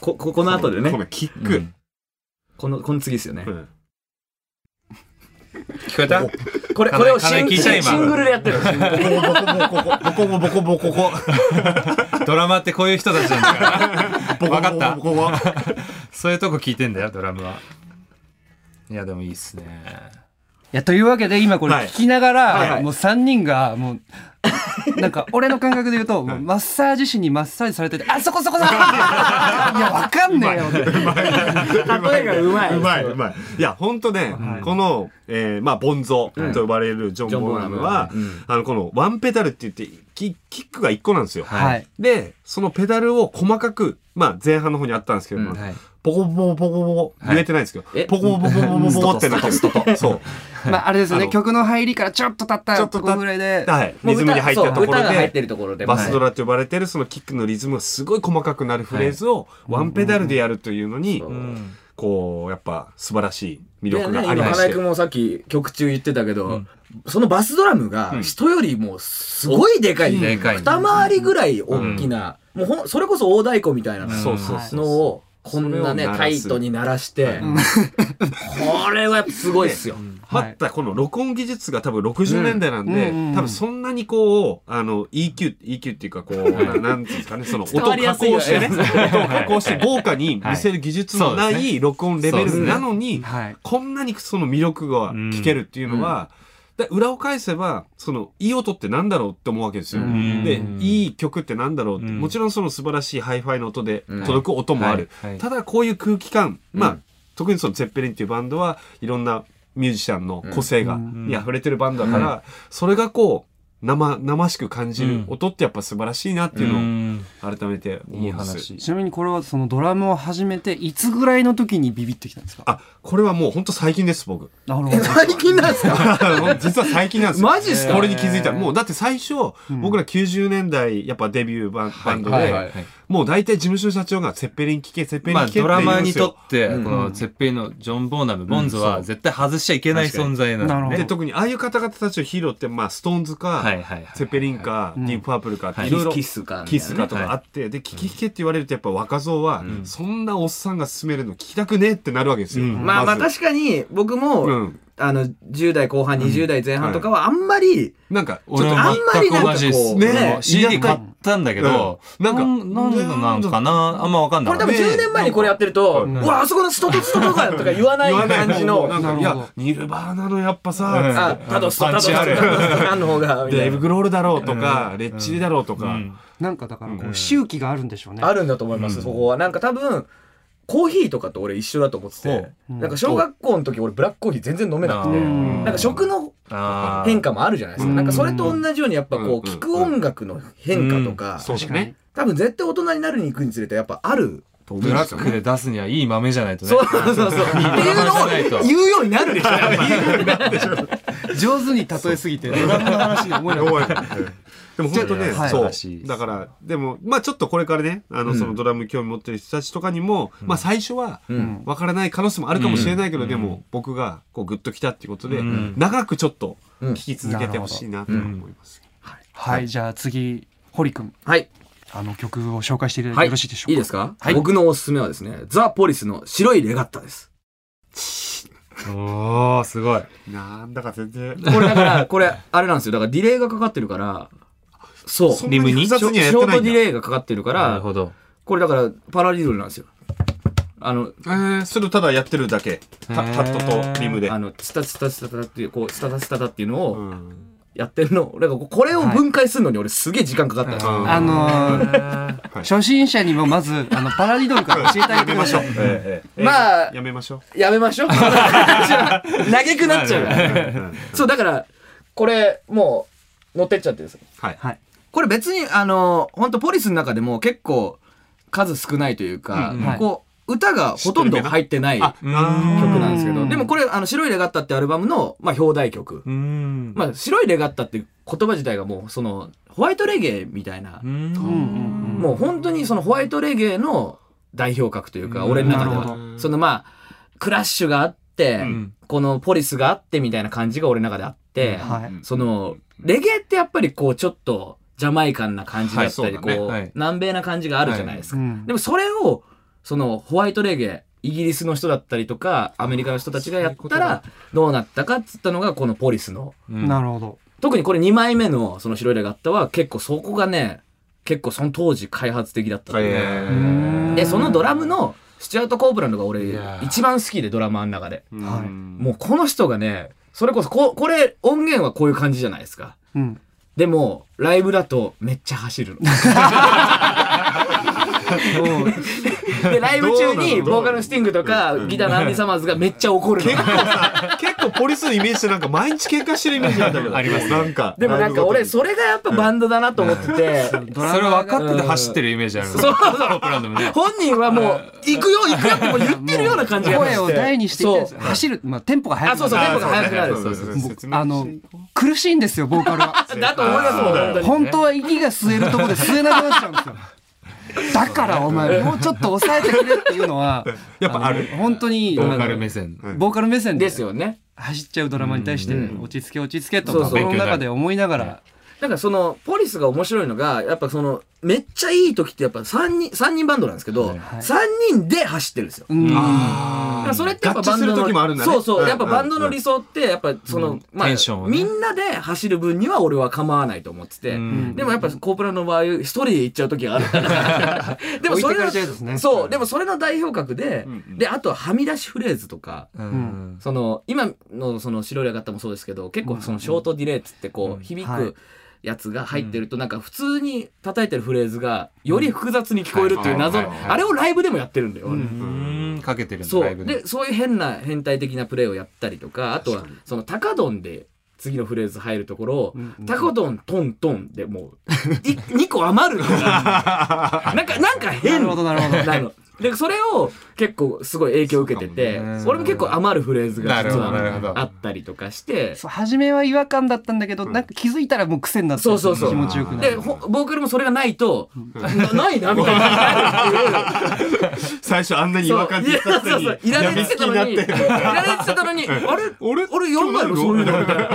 S10: こ、ここの後で
S11: こ
S10: ね
S11: の、キック。
S10: この、この次ですよね
S11: う。ん
S7: 聞こえた
S10: これ、これを
S7: 金
S10: シン
S7: 井聞いちゃえ今
S10: シン グルでやってる。
S11: ボコボコボコボコボコボコ
S7: ドラマってこういう人たちなんだから。わかった。
S11: ボコボコ
S7: そういうとこ聞いてんだよ、ドラムは。いや、でもいいっすね。
S9: いやというわけで今これ
S11: はい
S9: 聞きながら、
S11: はいはい
S9: もう3人がも うなんか俺の感覚で言うと、もうマッサージ師にマッサージされてて「あそこそこそこ! 」いやわかんねえよ
S10: 例えがうまい。
S11: うまいうまい。いや、ほんとね、この、えー、まあ、ボンゾと呼ばれるジョン・ボーナムは、あの、このワンペダルって言って、キキックが1個なんですよ。
S9: はい
S11: で、そのペダルを細かく、まあ、前半の方にあったんですけども、ポコポコポコポコ、言えてないんですけど、
S10: え
S11: ポコポコポコポコポコってなってる。そう。
S9: まああれですよ
S11: あ
S9: ね
S11: の
S9: 曲の入りからちょっと経った
S11: ちょ
S9: と
S11: っと
S9: こぐらいで
S11: はい。
S10: もう
S11: リズムに入ったとこ
S10: 歌
S11: ろ
S10: が入って
S11: で、
S10: るところで。
S11: バスドラと呼ばれてるそのキックのリズムがすごい細かくなるフレーズをワンペダルでやるというのに、こう、やっぱ素晴らしい魅
S10: で
S11: 力
S10: ね、
S11: があり
S10: 今、
S11: まし
S10: 金井
S11: て
S10: 君。もさっき曲中言ってたけど、そのバスドラムが人よりもすごいでかい、
S7: うんでかい
S10: 二回りぐらい大きな、もうほんそれこそ大太鼓みたいな
S11: そうそうそう
S10: のを、こんなね、
S11: それを鳴らす
S10: タイトに鳴らして、これはやっぱすごいっすよ。
S11: またこの録音技術が多分60年代なんで、
S9: うんうんうん
S11: 多分そんなにこう、あの、EQ、EQ っていうかこう、ななんていうんですかね、その音
S10: 伝
S11: を
S10: わりや
S11: 加
S10: すい
S11: 工
S10: よね
S11: してね、音を加工して豪華に見せる技術のな
S7: はいそう
S11: い録音レベルなのに、
S9: はい
S11: こんなにその魅力が聞けるっていうのは、で裏を返せば、その、いい音ってなんだろうって思うわけですよ。
S7: ん
S11: で、いい曲ってなんだろうって、
S7: うん
S11: もちろんその素晴らしいハイファイの音で届く音もある。
S7: はいはい
S11: ただこういう空気感、まあ、特にそのゼッペリンっていうバンドはいろんなミュージシャンの個性が、に溢れてるバンドだから、それがこう、生、生しく感じる音ってやっぱ素晴らしいなっていうのを改めて思うんです。
S9: ちなみにこれはそのドラムを始めていつぐらいの時にビビってきたんですか
S11: あ、これはもうほんと最近です、僕。
S9: なるほど
S10: 最近なんです か
S11: 実は最近なんですよ。
S10: マジっすか
S11: これに気づいた。もうだって最初、僕ら90年代、やっぱデビューバンバンドで、もう大体事務所の社長が、セッペリン聞け、セッペリン
S7: まあ
S11: 聞けって
S7: ド
S11: 言
S7: ラ
S11: うん
S7: マー
S11: で
S7: に
S11: す
S7: と
S11: よ。
S7: ってこの絶品のジョン・ボーナム、ボンズは絶対外しちゃいけない存在な
S9: なる
S7: ん
S9: ほ
S7: で
S9: ど
S11: で、特にああいう方々たちのヒーローって、まあ、ストーンズか、
S7: はいはいはい
S11: セッペリンか、ディープパープルかって、いろいろ、
S10: キスか、
S11: キスかとかあって、で、聞き聞けって言われると、やっぱ若造は、そんなおっさんが勧めるの聞きたくねえってなるわけですよ。
S10: まあまあ
S11: ず
S10: 確かに、僕も、
S11: うん
S10: あの、10代後半、20代前半とかはあんまり、
S11: なんか、
S7: 俺
S11: 俺
S7: も
S11: も、
S7: 全く同じです。
S11: ね
S7: ね、CD 買ったんだけど、
S11: うんなんか
S7: なんなんなんかな、あんまわかんな
S10: こ
S7: い。
S10: れ多分10年前にこれやってると、うわ、あそこのストトストとかとか言わない
S11: 言わない
S10: 感じの、
S11: なんか、いや、ニルバーナのやっぱさ、つって
S10: あ、タドスト、タドスト、タドストタの方が、みた
S11: デ
S10: い
S11: イ
S10: な
S11: ブ・グロールだろうとか、レッチリだろうとか、
S9: なんかだからこう周期があるんでしょうね
S10: あるんだと思います、そこは。なんか多分、コーヒーとかと俺一緒だと思ってて、なんか小学校の時俺ブラックコーヒー全然飲めなくて、なんか食の
S7: あー
S10: 変化もあるじゃないですか。なんかそれと同じようにやっぱこ
S11: うん
S10: う、聞く音楽の変化とか、
S11: そうですね。
S10: 多分絶対大人になるに行くにつれてやっぱあると思う
S7: ブ
S10: んで
S7: ラ
S10: す
S7: ッ
S10: よ
S7: ク
S10: ね。
S7: で出すにはいい豆じゃないとね
S10: そ。うそうそうそう。っていうのを言うようになるでしょ、やっぱり。
S9: 上手に例えすぎてドラムの話に思えなかった
S11: でも本当ね、
S9: はい
S11: そ。
S7: らしいうです
S11: だから、でも、まあちょっとこれからね、あの、そのドラム興味持ってる人たちとかにも、まあ最初は、わからない可能性もあるかもしれないけど、でも、僕が、こう、グッときたっていうことで、長くちょっと、聞き続けてほしいなと思います。
S9: はいじゃあ次堀君
S10: はい。
S9: あの曲を紹介していただい
S10: は
S9: てよ
S10: い。
S9: ろしいでしょうか
S10: いいですか、
S9: はい
S10: 僕のおすすめはですね、ザ・ポリスの白いレガッタです。おー、すごい。
S11: なんだか全然。
S10: これだから、これ、あれなんですよ。だからディレイがかかってるから、そう。
S11: リムに
S10: ショショ
S11: 複雑にはやってないんだ
S10: ートディレイがかかってるから、
S11: なるほ
S10: ど。これだから、パラリルなんですよ。あの、
S11: えー、それをただやってるだけ。タタットとリムで。
S10: あの、ツタツタツタツタっていう、こう、ツタタツタタっていうのを、やってるの。俺がこれを分解するのに俺すげえ時間かかったんですよ
S9: あのー初心者にもまずあのパラリドルから教えてあげてください
S10: まあ、
S11: やめましょ
S10: やめましょう。嘆くなっちゃうから。そう、だから、これ、もう、持ってっちゃってるんですよ。
S11: はい。
S10: これ別に、あの、本当ポリスの中でも結構、数少ないというか、
S11: うんうん
S10: こう、歌がほとんど入ってない曲なんですけど、でもこれ、あの、白いレガッタってアルバムの、まあ、表題曲。まあ、白いレガッタって言葉自体がもう、その、ホワイトレゲエみたいな、もう本当にそのホワイトレゲエの代表格というか、
S9: うん
S10: 俺の中で
S9: なる
S10: は。そのまあ、クラッシュがあって、このポリスがあってみたいな感じが俺の中であって、その、レゲエってやっぱりこう、ちょっと、ジャマイカンな感じだったり、
S11: はいそうだね
S10: こう、
S11: はい
S10: 南米な感じがあるじゃないですか。
S11: はいうん
S10: でもそれを、その、ホワイトレゲエ、イギリスの人だったりとか、アメリカの人たちがやったら、どうなったかっつったのが、このポリスの。
S9: なるほど
S10: 特にこれ2枚目のその白いレガッタは結構そこがね結構その当時開発的だったというでそのドラムのスチュアート・コープランドが俺一番好きでドラマーの中で、もうこの人がねそれこそここれ音源はこういう感じじゃないですか
S9: うん
S10: でもライブだとめっちゃ走るのでライブ中にボーカルのスティングとかギターのアンディ・サマーズがめっちゃ怒るの
S11: 結構ポリスのイメージってなんか毎日喧嘩してるイメージなんだけど。あります。なんか。
S10: でもなんか俺それがやっぱバンドだなと思ってて、
S12: それ分かってて走ってるイメージある
S10: そうそう
S12: オプランドもね
S10: 本人はもう行くよ行くよってもう言ってるような感じ が
S9: 声を大にして言ってるんですよ
S10: そう
S9: 走る、まあ、テンポが速くなる
S10: あそうそうテンポが速くなる
S9: あそうそう
S10: そう
S9: そう僕あの苦しいんですよボーカルは
S10: だと思いますもん本当に
S9: 本当は息が吸えるところで吸えなくなっちゃうんですよだからお前もうちょっと抑えてくれっていうのは
S11: やっぱある
S9: 本当に
S12: ボーカル目線
S9: あのボーカル目線
S10: ですよね
S9: 走っちゃうドラマに対して落ち着け落ち着けと
S10: そうそう
S9: 心の中で思いながら
S10: なんかそのポリスが面白いのがやっぱそのめっちゃいい時ってやっぱ3人三人バンドなんですけど、三3人で走ってるんですよ。
S9: うん
S10: だからそれってやっぱバンドの
S11: 合致する時もあるんだね
S10: そうそう、
S11: うん
S10: やっぱバンドの理想ってやっぱその、まあ、
S12: テンションをね
S10: みんなで走る分には俺は構わないと思ってて、
S12: ん
S10: でもやっぱコープラの場合一人で行っちゃう時があるからでもそ
S9: 置い
S10: れ
S9: てか
S10: の
S9: れちゃうですね
S10: そうでもそれの代表格で、であとははみ出しフレーズとか。
S12: うん
S10: その今のその白い方もそうですけど結構そのショートディレイっつってこう響
S9: はい
S10: くやつが入ってるとなんか普通に叩いてるフレーズがより複雑に聞こえるっていう謎
S12: はいはいはい
S10: の
S12: はい
S10: あれをライブでもやってるんだよ。
S12: うんかけてるんだ
S10: そ
S12: ライ
S10: う
S12: ブで
S10: でそういう変な変態的なプレーをやったりとかあとはその高ドンで次のフレーズ入るところをタコドントントンでもう2個余るのがなんかなんか変なのでそれを結構すごい影響を受けてて俺も結構余るフレーズ
S12: な
S10: が実
S12: るほどなるほ
S10: は
S12: ど
S10: あったりとかして
S9: そう初めは違和感だったんだけど、なんか気づいたらもう癖になって
S10: そうそうそう
S9: 気持ちよくな
S10: で
S9: る
S10: ほボーカルもそれがないとなないなみたいな
S11: 最初あんなに違和感
S10: い
S11: じ
S10: や
S11: た
S10: そうそういられてたのにいられてたのにあれ俺俺やんないのそういうのみたいな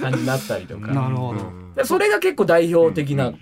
S10: 感じになったりとか
S9: なるほど、
S10: でそれが結構代表的な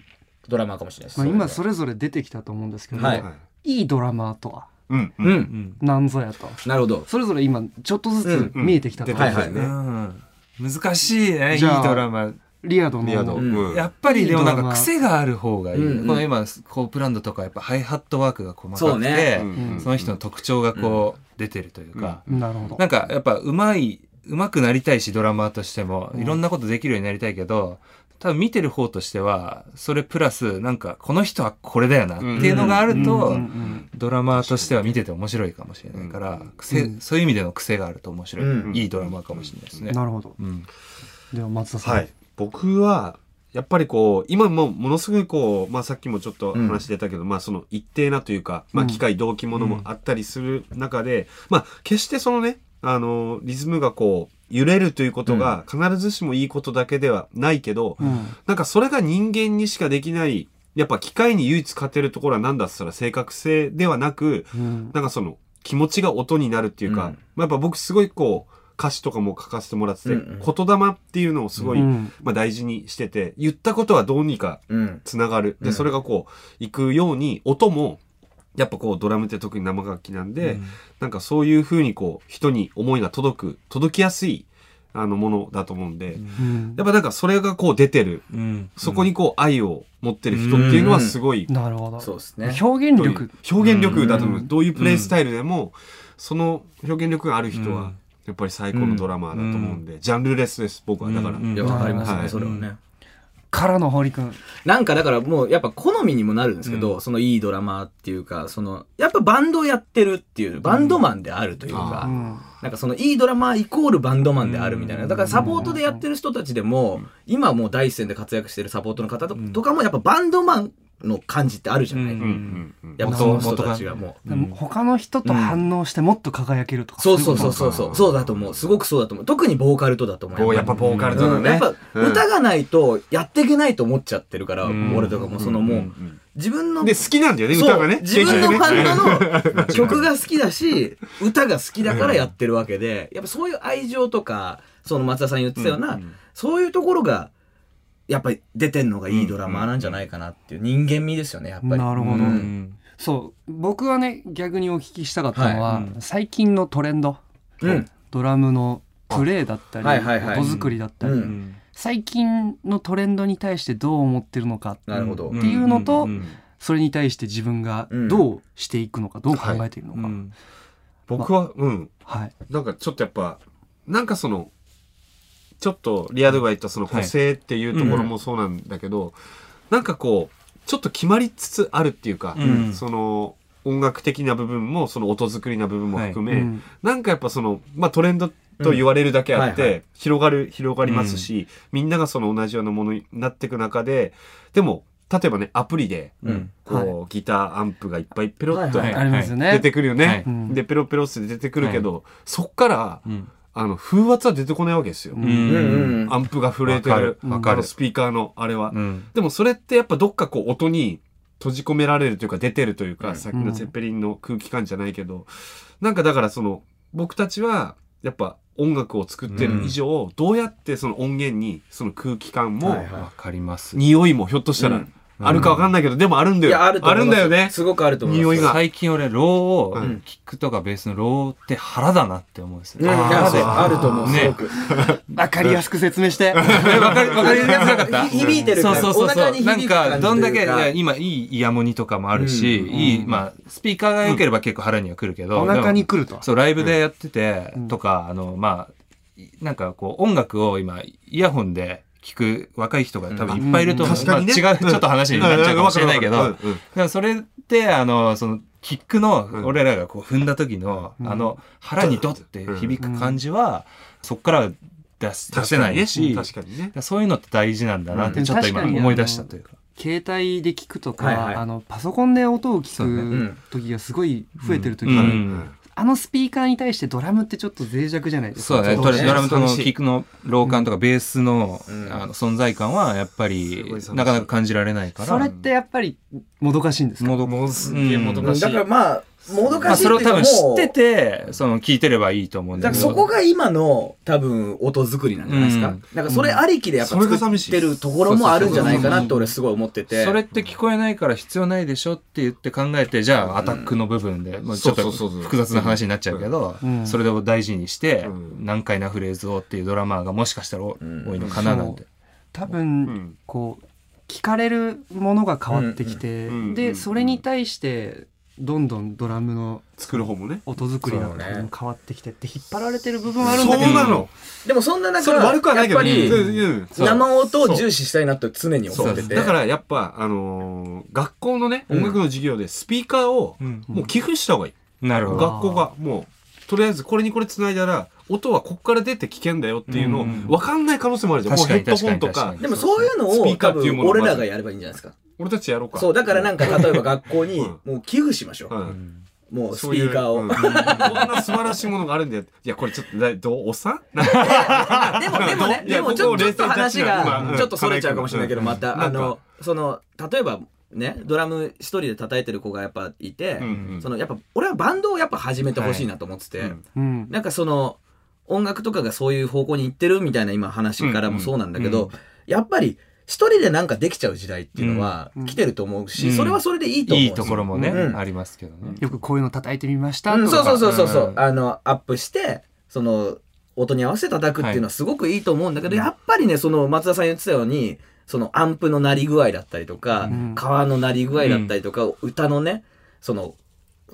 S10: ドラマーかもしれないです
S9: まあ、今それぞれ出てきたと思うんですけど、
S10: はいい、
S9: いドラマーとは
S11: うん
S10: うんうん
S9: 何ぞやと
S10: なるほど
S9: それぞれ今ちょっとずつ見えてきたと思うんですよね、
S12: うん難しいねいい
S9: じゃあ
S12: ドラマ
S9: リアドの
S12: リアド
S9: うん
S12: やっぱりでもなん
S9: いいドラ
S12: か
S9: マ
S12: 癖がある方がいい、
S9: うんうん
S12: この今こうプランドとかやっぱハイハットワークが細
S10: そ
S12: か
S10: う
S12: くて
S10: ね
S12: そ,、
S10: うん
S12: の人の特徴がこう出てるというか、
S9: なるほど
S12: なんかやっぱうまい上手くなりたいしドラマーとしてもいろんなことできるようになりたいけど、多分見てる方としてはそれプラスなんかこの人はこれだよなっていうのがあ
S9: う
S12: ると、
S9: んうんうん
S12: ドラマーとしては見てて面白いかもしれないから、癖
S9: うん
S12: そういう意味での癖があると面白い、
S11: うん
S12: いいドラマーかもしれないですね。
S9: なるほど、では松田さん、
S11: はい、僕はやっぱりこう今もものすごいこう、まあ、さっきもちょっと話出たけど、まあその一定なというか、ま
S6: う
S11: あ、
S6: ん
S11: 機械動機ものもあったりする中で、まあ決してそのねあのリズムがこう揺れるということが必ずしもいいことだけではないけど、
S9: うん
S11: なんかそれが人間にしかできないやっぱ機械に唯一勝てるところは何だっつったら正確性ではなく、
S9: うん
S11: なんかその気持ちが音になるっていうか、まあやっぱ僕すごいこう歌詞とかも書かせてもらってて、
S10: うんうん
S11: 言霊っていうのをすごい、
S9: うん
S11: まあ、大事にしてて言ったことはどうにか
S10: うん
S11: つながる、
S10: う
S11: で
S10: ん
S11: それがこういくように音もやっぱこうドラムって特に生楽器なんで、なんかそういうふうにこう人に思いが届く届きやすいあのものだと思うんで、
S9: ん
S11: やっぱなんかそれがこう出てる、そこにこう愛を持ってる人っていうのはすごい、
S9: なるほど。
S11: そうです
S9: ね表現力
S11: 表現力だと思う、
S9: うん
S11: どういうプレイスタイルでも、その表現力がある人はやっぱり最高のドラマーだと思うんで、ジャンルレスです僕はだから、
S10: いやわかりますね
S11: はい
S10: それはね
S9: からの堀君
S10: なんかだからもうやっぱ好みにもなるんですけど、そのいいドラマーっていうかそのやっぱバンドをやってるっていうバンドマンであるというか、なんかそのいいドラマーイコールバンドマンであるみたいなだからサポートでやってる人たちでも、今もう第一線で活躍してるサポートの方と,、かもやっぱバンドマンの感じってあるじゃない、やっぱその人たちがもう
S9: でも他の人と反応してもっと輝けるとか、
S10: そうそうそうそうそうそうだと思うすごくそうだと思う特にボーカルとだと思
S11: ボ
S10: う
S11: ーやっぱボーカルとだね
S10: うんやっぱ
S11: うん
S10: 歌がないとやっていけないと思っちゃってるから、俺とかもそのもう、自分の
S11: で好きなんだよね
S10: そう
S11: 歌がね
S10: 自分の
S11: 結
S10: バ
S11: 局ね
S10: ンドの曲が好きだし歌が好きだからやってるわけでやっぱそういう愛情とかその松田さん言ってたような、そういうところがやっぱり出てんのがいいドラマーなんじゃないかなっていう人間味ですよねやっぱり。
S9: なるほど、
S10: うん
S9: そう僕はね逆にお聞きしたかったのは、
S10: はい
S9: 最近のトレンド、
S10: うん
S9: ドラムのプレイだったり、
S10: はいはいはい
S9: 音作りだったり、
S10: うん
S9: 最近のトレンドに対してどう思ってるのかって
S10: なるほど
S9: いうのと、それに対して自分がどうしていくのか、どう考えているのか、
S11: 僕は、うん、
S9: はい、
S11: なんかちょっとやっぱなんかそのちょっとリアルが言ったその個性っていうところもそうなんだけど、なんかこうちょっと決まりつつあるっていうか、
S6: うん
S11: その音楽的な部分もその音作りな部分も含め、
S6: はいうん
S11: なんかやっぱその、まあ、トレンドと言われるだけあって、
S6: うんはいはい
S11: 広がる広がりますし、みんながその同じようなものになっていく中ででも例えばねアプリで、
S6: うん
S11: こうギターアンプがいっぱいペロッと、
S6: はいはいありますよね
S11: 出てくるよね、
S6: はいうん
S11: でペロペロって出てくるけど、そっから、あの風圧は出てこないわけですよ、
S6: んうん
S11: アンプが震えてる
S6: わかるわかる
S11: あのスピーカーのあれは、
S6: うん
S11: でもそれってやっぱどっかこう音に閉じ込められるというか出てるというか、さっきのゼッペリンの空気感じゃないけど、なんかだからその僕たちはやっぱ音楽を作ってる以上、どうやってその音源にその空気感も、
S12: はいはいわかります
S11: 匂いもひょっとした
S12: う
S11: ら
S12: ん
S11: あるかわかんないけど、でもあるんだよ
S12: いやあると思います
S11: んだよね
S10: すごくあると思います
S11: 匂いが
S12: 最近俺ローを、キックとかベースのローって腹だなって思うんですよ、
S9: うんいや
S12: 腹で
S9: あると思うすごくわかりやすく説明してわ
S12: かりわかりやすくなかった
S9: ひ 響いてる
S12: そうそうそう
S9: お腹
S12: そう
S9: に響く感じとい
S12: なん
S9: うか
S12: かどんだけいや今いいイヤモニとかもあるし、
S9: うん
S12: いいまあスピーカーが良ければ結構腹には来るけど、
S9: お腹に来ると
S12: でもそうライブでやってて、とかあのまあいなんかこう音楽を今イヤホンで聞く若い人が多分いっぱいいると思う、
S11: うん確かにね
S12: まあ違うちょっと話になっちゃうかもしれないけ
S11: うんうん
S12: ど
S11: わかるわかるうんうん
S12: でもそれってあのそのキックの俺らがこう踏んだ時の、あの腹にドッて響く感じは、そっから出す出せないし
S11: 確かにね
S12: そういうのって大事なんだなっ
S9: う
S12: て
S9: ん
S12: ちょっと今
S9: 確かに
S12: 思い出したというか。
S9: 携帯で聞くとか、
S12: はいはい
S9: あのパソコンで音を聞
S12: そうねう
S9: く
S12: ん
S9: 時がすごい増えてる時
S12: う
S9: に、
S12: んうん
S9: あのスピーカーに対してドラムってちょっと脆弱じゃないですか
S12: そうだね
S9: ちょっ
S12: ド
S9: と
S12: ラドラムとのキックの老感とかベースの,、あの存在感はやっぱりなかなか感じられないから
S9: それってやっぱりもどかしいんですか
S12: もどうん
S10: だからまあも
S12: ま
S10: どか
S12: あ、
S10: しい
S12: そ
S10: っ
S12: れを
S10: ていう
S12: 多
S10: か
S12: 分
S10: も
S12: 知
S10: う
S12: っててその聞いてればいいと思うん
S10: だ
S12: だ
S10: か
S12: け
S10: ら
S12: ど
S10: そこが今の多分音作りなんじゃないですか、
S12: うん
S10: なんかそれありきでやっぱ作ってるところもあるんじゃないかなって俺すごい思ってて
S12: それって聞こえないから必要ないでしょって言って考えてじゃあアタックの部分で、まあ、ちょっ
S11: そ
S12: と
S11: うそうそうそう
S12: 複雑な話になっちゃうけど、
S11: うん
S12: それを大事にして、難解なフレーズをっていうドラマーがもしかしたら多いのかななんて。
S9: 多分こう聞かれるものが変わってきて、
S12: ん
S9: でそれに対してどんどんドラムの
S11: 作る方もね
S9: 音作りなんか
S10: そう
S9: も
S10: ね
S9: 変わってきてって引っ張られてる部分はあるんだけど
S10: でもそんな中
S9: それ悪くはないけどね
S10: やっぱり
S11: うんそう
S10: 生音を重視したいなと常に思ってて
S11: だからやっぱ、あのー学校のね、音楽の授業でスピーカーをもう寄付した方がいい。
S12: なるほど
S11: 学校がもう、とりあえずこれにこれ繋いだら、音はここから出て危険だよっていうのを
S12: うん
S11: 分かんない可能性もあるじゃん。もう
S12: 確
S11: ヘ
S12: かに
S11: ッドホンと
S12: 確か
S11: か。
S12: に
S10: でもそういうの
S11: スピ
S10: を
S11: ーカ
S10: 多
S11: ーっていう
S10: 分
S11: ものを
S10: 俺らがやればいいんじゃないですか
S11: 俺たちやろうか。
S10: そうだからなんか例えば学校にもう寄付しましょう、もうス
S11: そう
S10: ピ
S11: いう
S10: ーカーを、
S11: うんこんな素晴らしいものがあるんだよ。いや、これちょっとだい、どうおっさん
S10: でも、でもね、でもちょ、ちょっと話が、ちょっとそれちゃうかもしれないけど、また、あの、、その、例えば、ね、ドラム一人で叩いてる子がやっぱいて、その、やっぱ、俺はバンドをやっぱ始めてほしいなと思ってて、
S9: うん
S10: なんかその、音楽とかがそういう方向に行ってるみたいな今話からもそうなんだけど、
S9: うん
S10: やっぱり、一人でなんかできちゃう時代っていうのは来てると思うし、
S12: うん
S10: それはそれでいいと思う
S12: い
S10: ん
S12: い
S10: ですよ
S12: ところもね、
S10: うん
S12: ありますけどね。
S9: よくこういうの叩いてみました
S10: うん
S9: と
S10: そ
S9: か
S10: うそうそうそうそううあのアップしてその音に合わせて叩くっていうのはすごくいいと思うんだけど、やっぱりねその松田さん言ってたようにそのアンプの鳴り具合だったりとか、革の鳴り具合だったりとか、歌のねその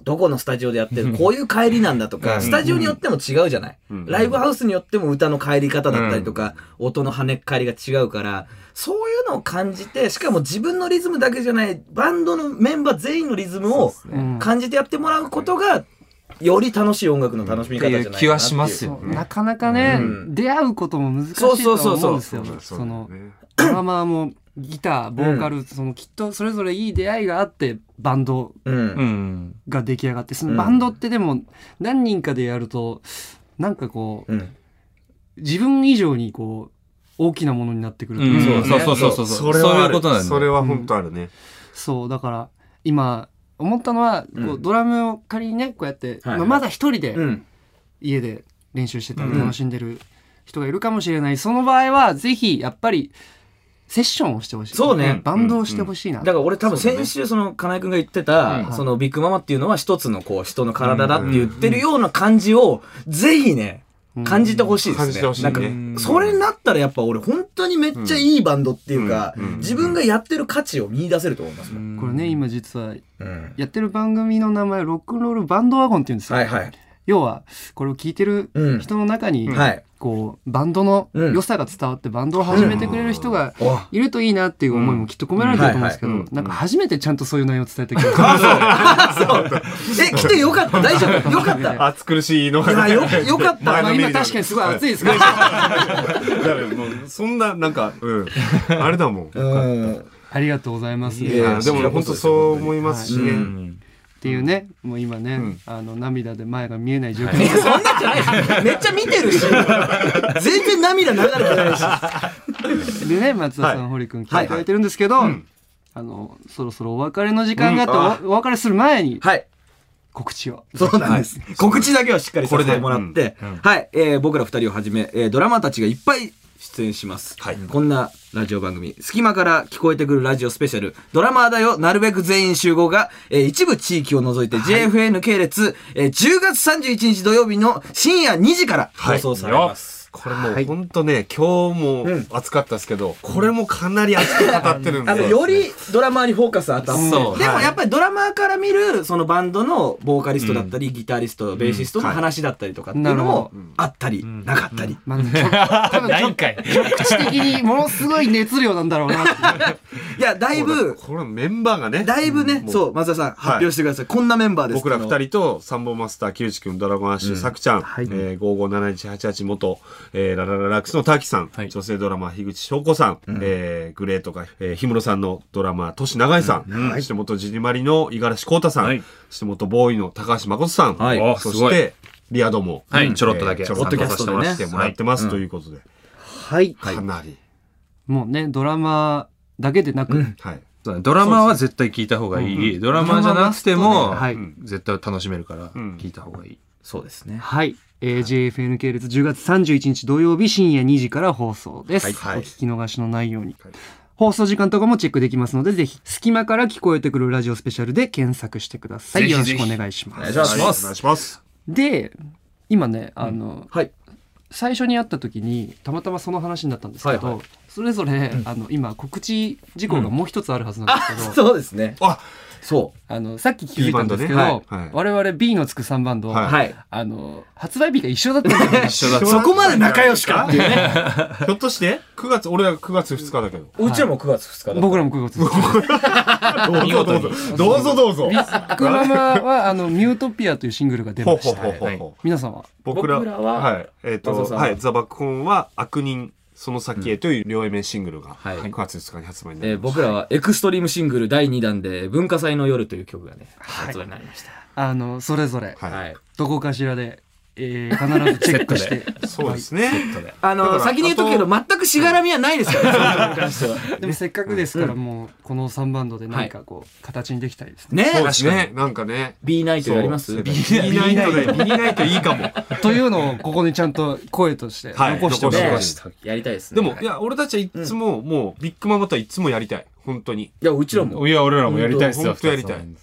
S10: どこのスタジオでやってるこういう帰りなんだと
S12: う
S10: か
S12: ん
S10: スタジオによっても違うじゃない、
S12: うん
S10: ライブハウスによっても歌の帰り方だったりとか、音の跳ねっ返りが違うからそういうのを感じてしかも自分のリズムだけじゃないバンドのメンバー全員のリズムを感じてやってもらうことがより楽しい音楽の楽しみ方じゃないかなっていう
S9: なかなかね、
S10: うん
S9: 出会うことも難しいとは思うんですよ
S10: そうそうそうそう
S9: そのドラマーもギターボーカル、そのきっとそれぞれいい出会いがあってバンド
S12: ん
S9: が出来上がってそうの
S12: ん
S9: バンドってでも何人かでやるとなんかこう、
S10: うん
S9: 自分以上にこう大きなものになってくるといか
S12: うんそうそうそうそうそうそれはそういうことなんだよそれは本
S11: 当あるね、
S9: そうだから今思ったのは、こうドラムを仮にねこうやって、
S10: はいはい
S9: まあ、まだ一人で
S10: うん
S9: 家で練習してた
S10: うん
S9: り楽しんでる人がいるかもしれない、その場合はぜひやっぱりセッションをしてほしい
S10: そうね
S9: バンドをしてほしいな、
S10: だから俺多分先週その金井君が言ってた、そのビッグママっていうのは一つのこう人の体だって言ってるような感じをぜひね感じてほしいですね。
S11: 感じてほしいね
S10: なんかそれになったらやっぱ俺本当にめっちゃいいバンドっていうか、自分がやってる価値を見出せると思いますね。
S9: これね今実はやってる番組の名前ロックンロールバンドワゴンっていうんですよ、要はこれを聞いてる人の中に、
S10: うんはい
S9: こうバンドの良さが伝わってバンドを始めてくれる人がいるといいなっていう思いもきっと込められてると思うんですけど、
S10: うんはいはい
S9: なんか初めてちゃんとそういう内容を伝えてく れる
S10: え、来てよかった大丈夫よかった
S11: 暑 苦しいのが
S10: いやよよかったまあ今確かにすごい暑いですね
S11: だからもうそんななんか、うん、あれだもん
S9: ありがとうございます
S11: いやでも本当そう思いますしね
S9: はい
S11: うん
S9: っていうねもう今ね、あの涙で前が見えない状況
S10: いやそんなんじゃないめっちゃ見てるし全然涙流れてない し
S9: でね松田さん、堀君来ていただいてるんですけど、あのそろそろお別れの時間があって、
S10: うん
S9: お
S10: あ
S9: お別れする前に、告知を
S10: そうなんです。告知だけはしっかりさせてもらって、はい、えー僕ら二人をはじめ、えードラマたちがいっぱい出演します。こんなラジオ番組、隙間から聞こえてくるラジオスペシャル、ドラマーだよ、なるべく全員集合が、えー一部地域を除いて JFN 系列、えー10月31日土曜日の深夜2時から放送されます。
S11: す。これもう本当ね、今日も暑かったですけど、これもかなり熱く語ってるんで。
S10: あのよりドラマーにフォーカス当たって、
S11: そう
S10: でも
S11: はい
S10: やっぱりドラマーから見るそのバンドのボーカリストだったり、ギタリストベーシストの話だったりとかっていうのもあったり、なかったり、
S9: ない
S10: んかい
S9: 告知的にものすごい熱量なんだろうなって
S10: いやだいぶ
S11: このメンバーがね
S10: だいぶね、そう松田さん発表してください、こんなメンバーです
S11: 僕ら
S10: 人
S11: 二人とサンボマスター、キウチ君、ドラゴンアッシュ、サクちゃん、えー、557188元、えー、ララララックスのターキさん、女性ドラマー、樋口翔子さん、えー、グレーとか、えー、氷室さんのドラマー、トシ長井さん、
S12: うんはい
S11: 下本じりまりの五十嵐光太さん、下本ボーイの高橋誠さん、
S12: はいあ
S11: そ
S12: すご
S11: し
S12: い
S11: て、リアドも、
S12: はい
S11: えー
S12: ちょろっとだけ
S11: ちょろっと
S12: 参
S11: キ
S12: 加
S11: ャ
S12: さ
S11: ス
S12: せ
S11: ト
S12: ても
S11: で
S12: らって
S11: ねもらってます、
S12: はい
S11: ということで。
S9: はい
S11: かなり。
S9: もうねドラマだけでなく、
S11: はい
S12: そうだねドラマは絶対聞いた方がいい。
S9: うん
S12: ドラマじゃなくて
S9: ド
S12: も、
S9: ラママストねはい
S12: うん絶対楽しめるから、聞いた方がいい。
S10: そうですね。
S9: はい、えー JFN 系列10月31日土曜日深夜2時から放送です、
S12: はい
S9: お聞き逃しのないように、放送時間とかもチェックできますのでぜひ隙間から聞こえてくるラジオスペシャルで検索してください
S12: ぜひぜひ
S9: よろしくお願いします
S12: お願いしますお願いし
S11: ます
S9: で今ねあの、最初に会った時にたまたまその話になったんですけど、
S10: はいは
S9: それぞれ、あの今告知事項がもう一つあるはずなんですけど、
S10: そうですね
S11: あ
S10: そう
S9: あのさっき気づいたんですけど、
S10: B バンドねはいはい
S9: 我々 B のつく3バンド、
S10: はい
S9: あの発売日が一緒だった んですよ
S11: そこまで
S10: 仲良しか
S11: っていうね。 ひょっとして、9月、俺は9月2日だけど。
S10: うちらも9月2日だ
S9: 僕らも9月
S11: どうぞどうぞ。どうぞどうぞ。
S9: ックママはあのミュートピアというシングルが出ました。
S11: ほうほうほうほう
S9: はい皆さんは
S11: 僕らは、い、えっ、
S9: 松
S11: と、
S9: 田さんは
S11: はい、ザ・バックホーンは、悪人、その先へという両 A 面シングルが、9月2日に発売にな
S13: え
S11: り
S13: ー
S11: まし
S13: 僕らはエクストリームシングル第2弾で文化祭の夜という曲がね発売になりました
S9: あのそれぞれ、どこかしらでえー必ずチェックして
S11: そうですね
S10: あの先に言っとくけど全くしがらみはないですからねそれに関して は
S9: でもせっかくですから
S10: うん
S9: もうこの3バンドで何かこう形にできたいです
S10: ね
S11: そうですね。なんかね。
S10: B ナ
S9: イトやります
S11: B ナイトで、B ナイトいいかも。
S9: というのをここにちゃんと声として
S11: はい
S9: 残しておき
S11: 残
S9: ま
S11: し
S9: す
S11: と
S10: やりたいです
S11: でも、いや、俺たちはいつも、もう、ビッグママとはいつもやりたい。本当に。い
S10: や、うちらも
S11: いや、俺らもやりたいっすよ。
S10: 本当
S11: 本当やりた
S10: 二
S11: い。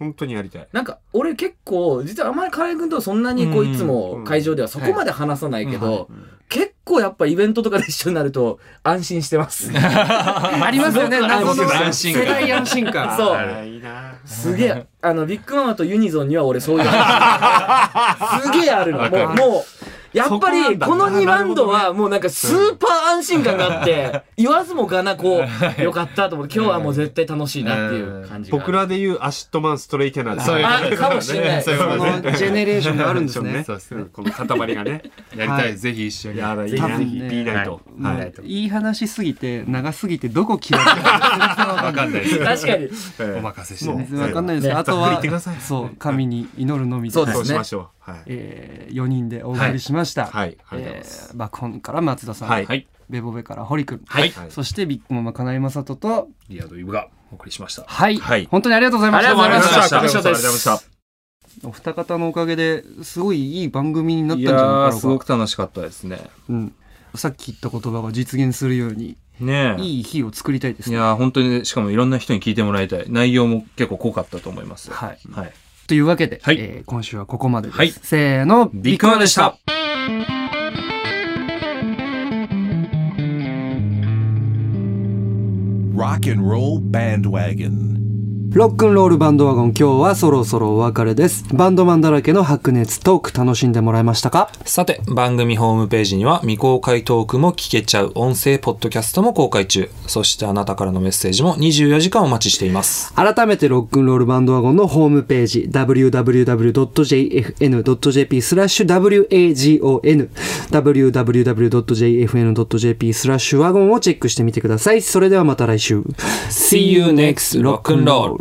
S11: 本当にやりたい。
S10: なんか俺結構実はあんまり金井君とはそんなにこう
S11: うん
S10: いつも会場ではそこまで話さないけ
S11: はい
S10: ど結構やっぱイベントとかで一緒になると安心してます。
S9: ありますよね
S10: ごく
S9: 謎
S10: 安心
S9: の安心感世代安心感
S10: そう
S9: あら。
S10: すげえあのビッグママとユニゾンには俺そういう安 心すげえあるの。
S9: わかる
S10: もうもうやっぱりこの2バンドはもうなんかスーパー安心感があって言わずもがなこう よかったと思って今日はもう絶対楽しいなっていう感じが。
S11: 僕らで言うアシットマンストレイテナー
S10: そういうことですあかもしれない
S11: そういうことね
S9: そのジェネレーションがあるんですね
S11: そうですね。この 塊がね。
S9: やりたいはい
S11: ぜひ一緒に。やだ、いい
S9: 多
S11: な。
S9: 分ね
S11: B ナイト。
S9: もういい話すぎて長すぎてどこ切られるか
S11: わかんないです確かにお任せしてね
S9: 分かんないですけど
S11: ね
S9: あと
S11: ざっくり言
S9: は
S11: ってください
S9: そう神に祈るのみ
S11: そうですねそうしましょうはい
S9: えー4人でお送りしました
S11: はいはいありがとうござい
S9: え
S11: ます
S9: ー爆本から松田さん
S11: はいはい
S9: ベボベから堀君
S11: はい
S9: そしてビッグママ金井雅人と
S8: リアドイブがお送りしました。
S9: はい本当にありがとうございました
S8: ありがとうございました
S9: お二方のおかげですごいいい番組になったん
S12: い
S9: じゃないか
S12: や
S9: ろ
S12: ー
S9: うか
S12: すごく楽しかったですね。
S9: うん、さっき言った言葉が実現するように、
S12: ねえ
S9: いい日を作りたいです
S12: いやー本当にしかもいろんな人に聞いてもらいたい内容も結構濃かったと思います。
S9: はい、
S12: はい、
S9: というわけで、えー今週はここまでです、せーのビ
S12: ッグマンでした
S3: ロックンロールバンドワゴン
S9: ロックンロールバンドワゴン今日はそろそろお別れですバンドマンだらけの白熱トーク楽しんでもらえましたか
S12: さて番組ホームページには未公開トークも聞けちゃう音声ポッドキャストも公開中そしてあなたからのメッセージも24時間お待ちしています
S9: 改めてロックンロールバンドワゴンのホームページ www.jfn.jp スラッシュ wagon www.jfn.jp スラッシュワゴンをチェックしてみてくださいそれではまた来週
S12: See you next rock and roll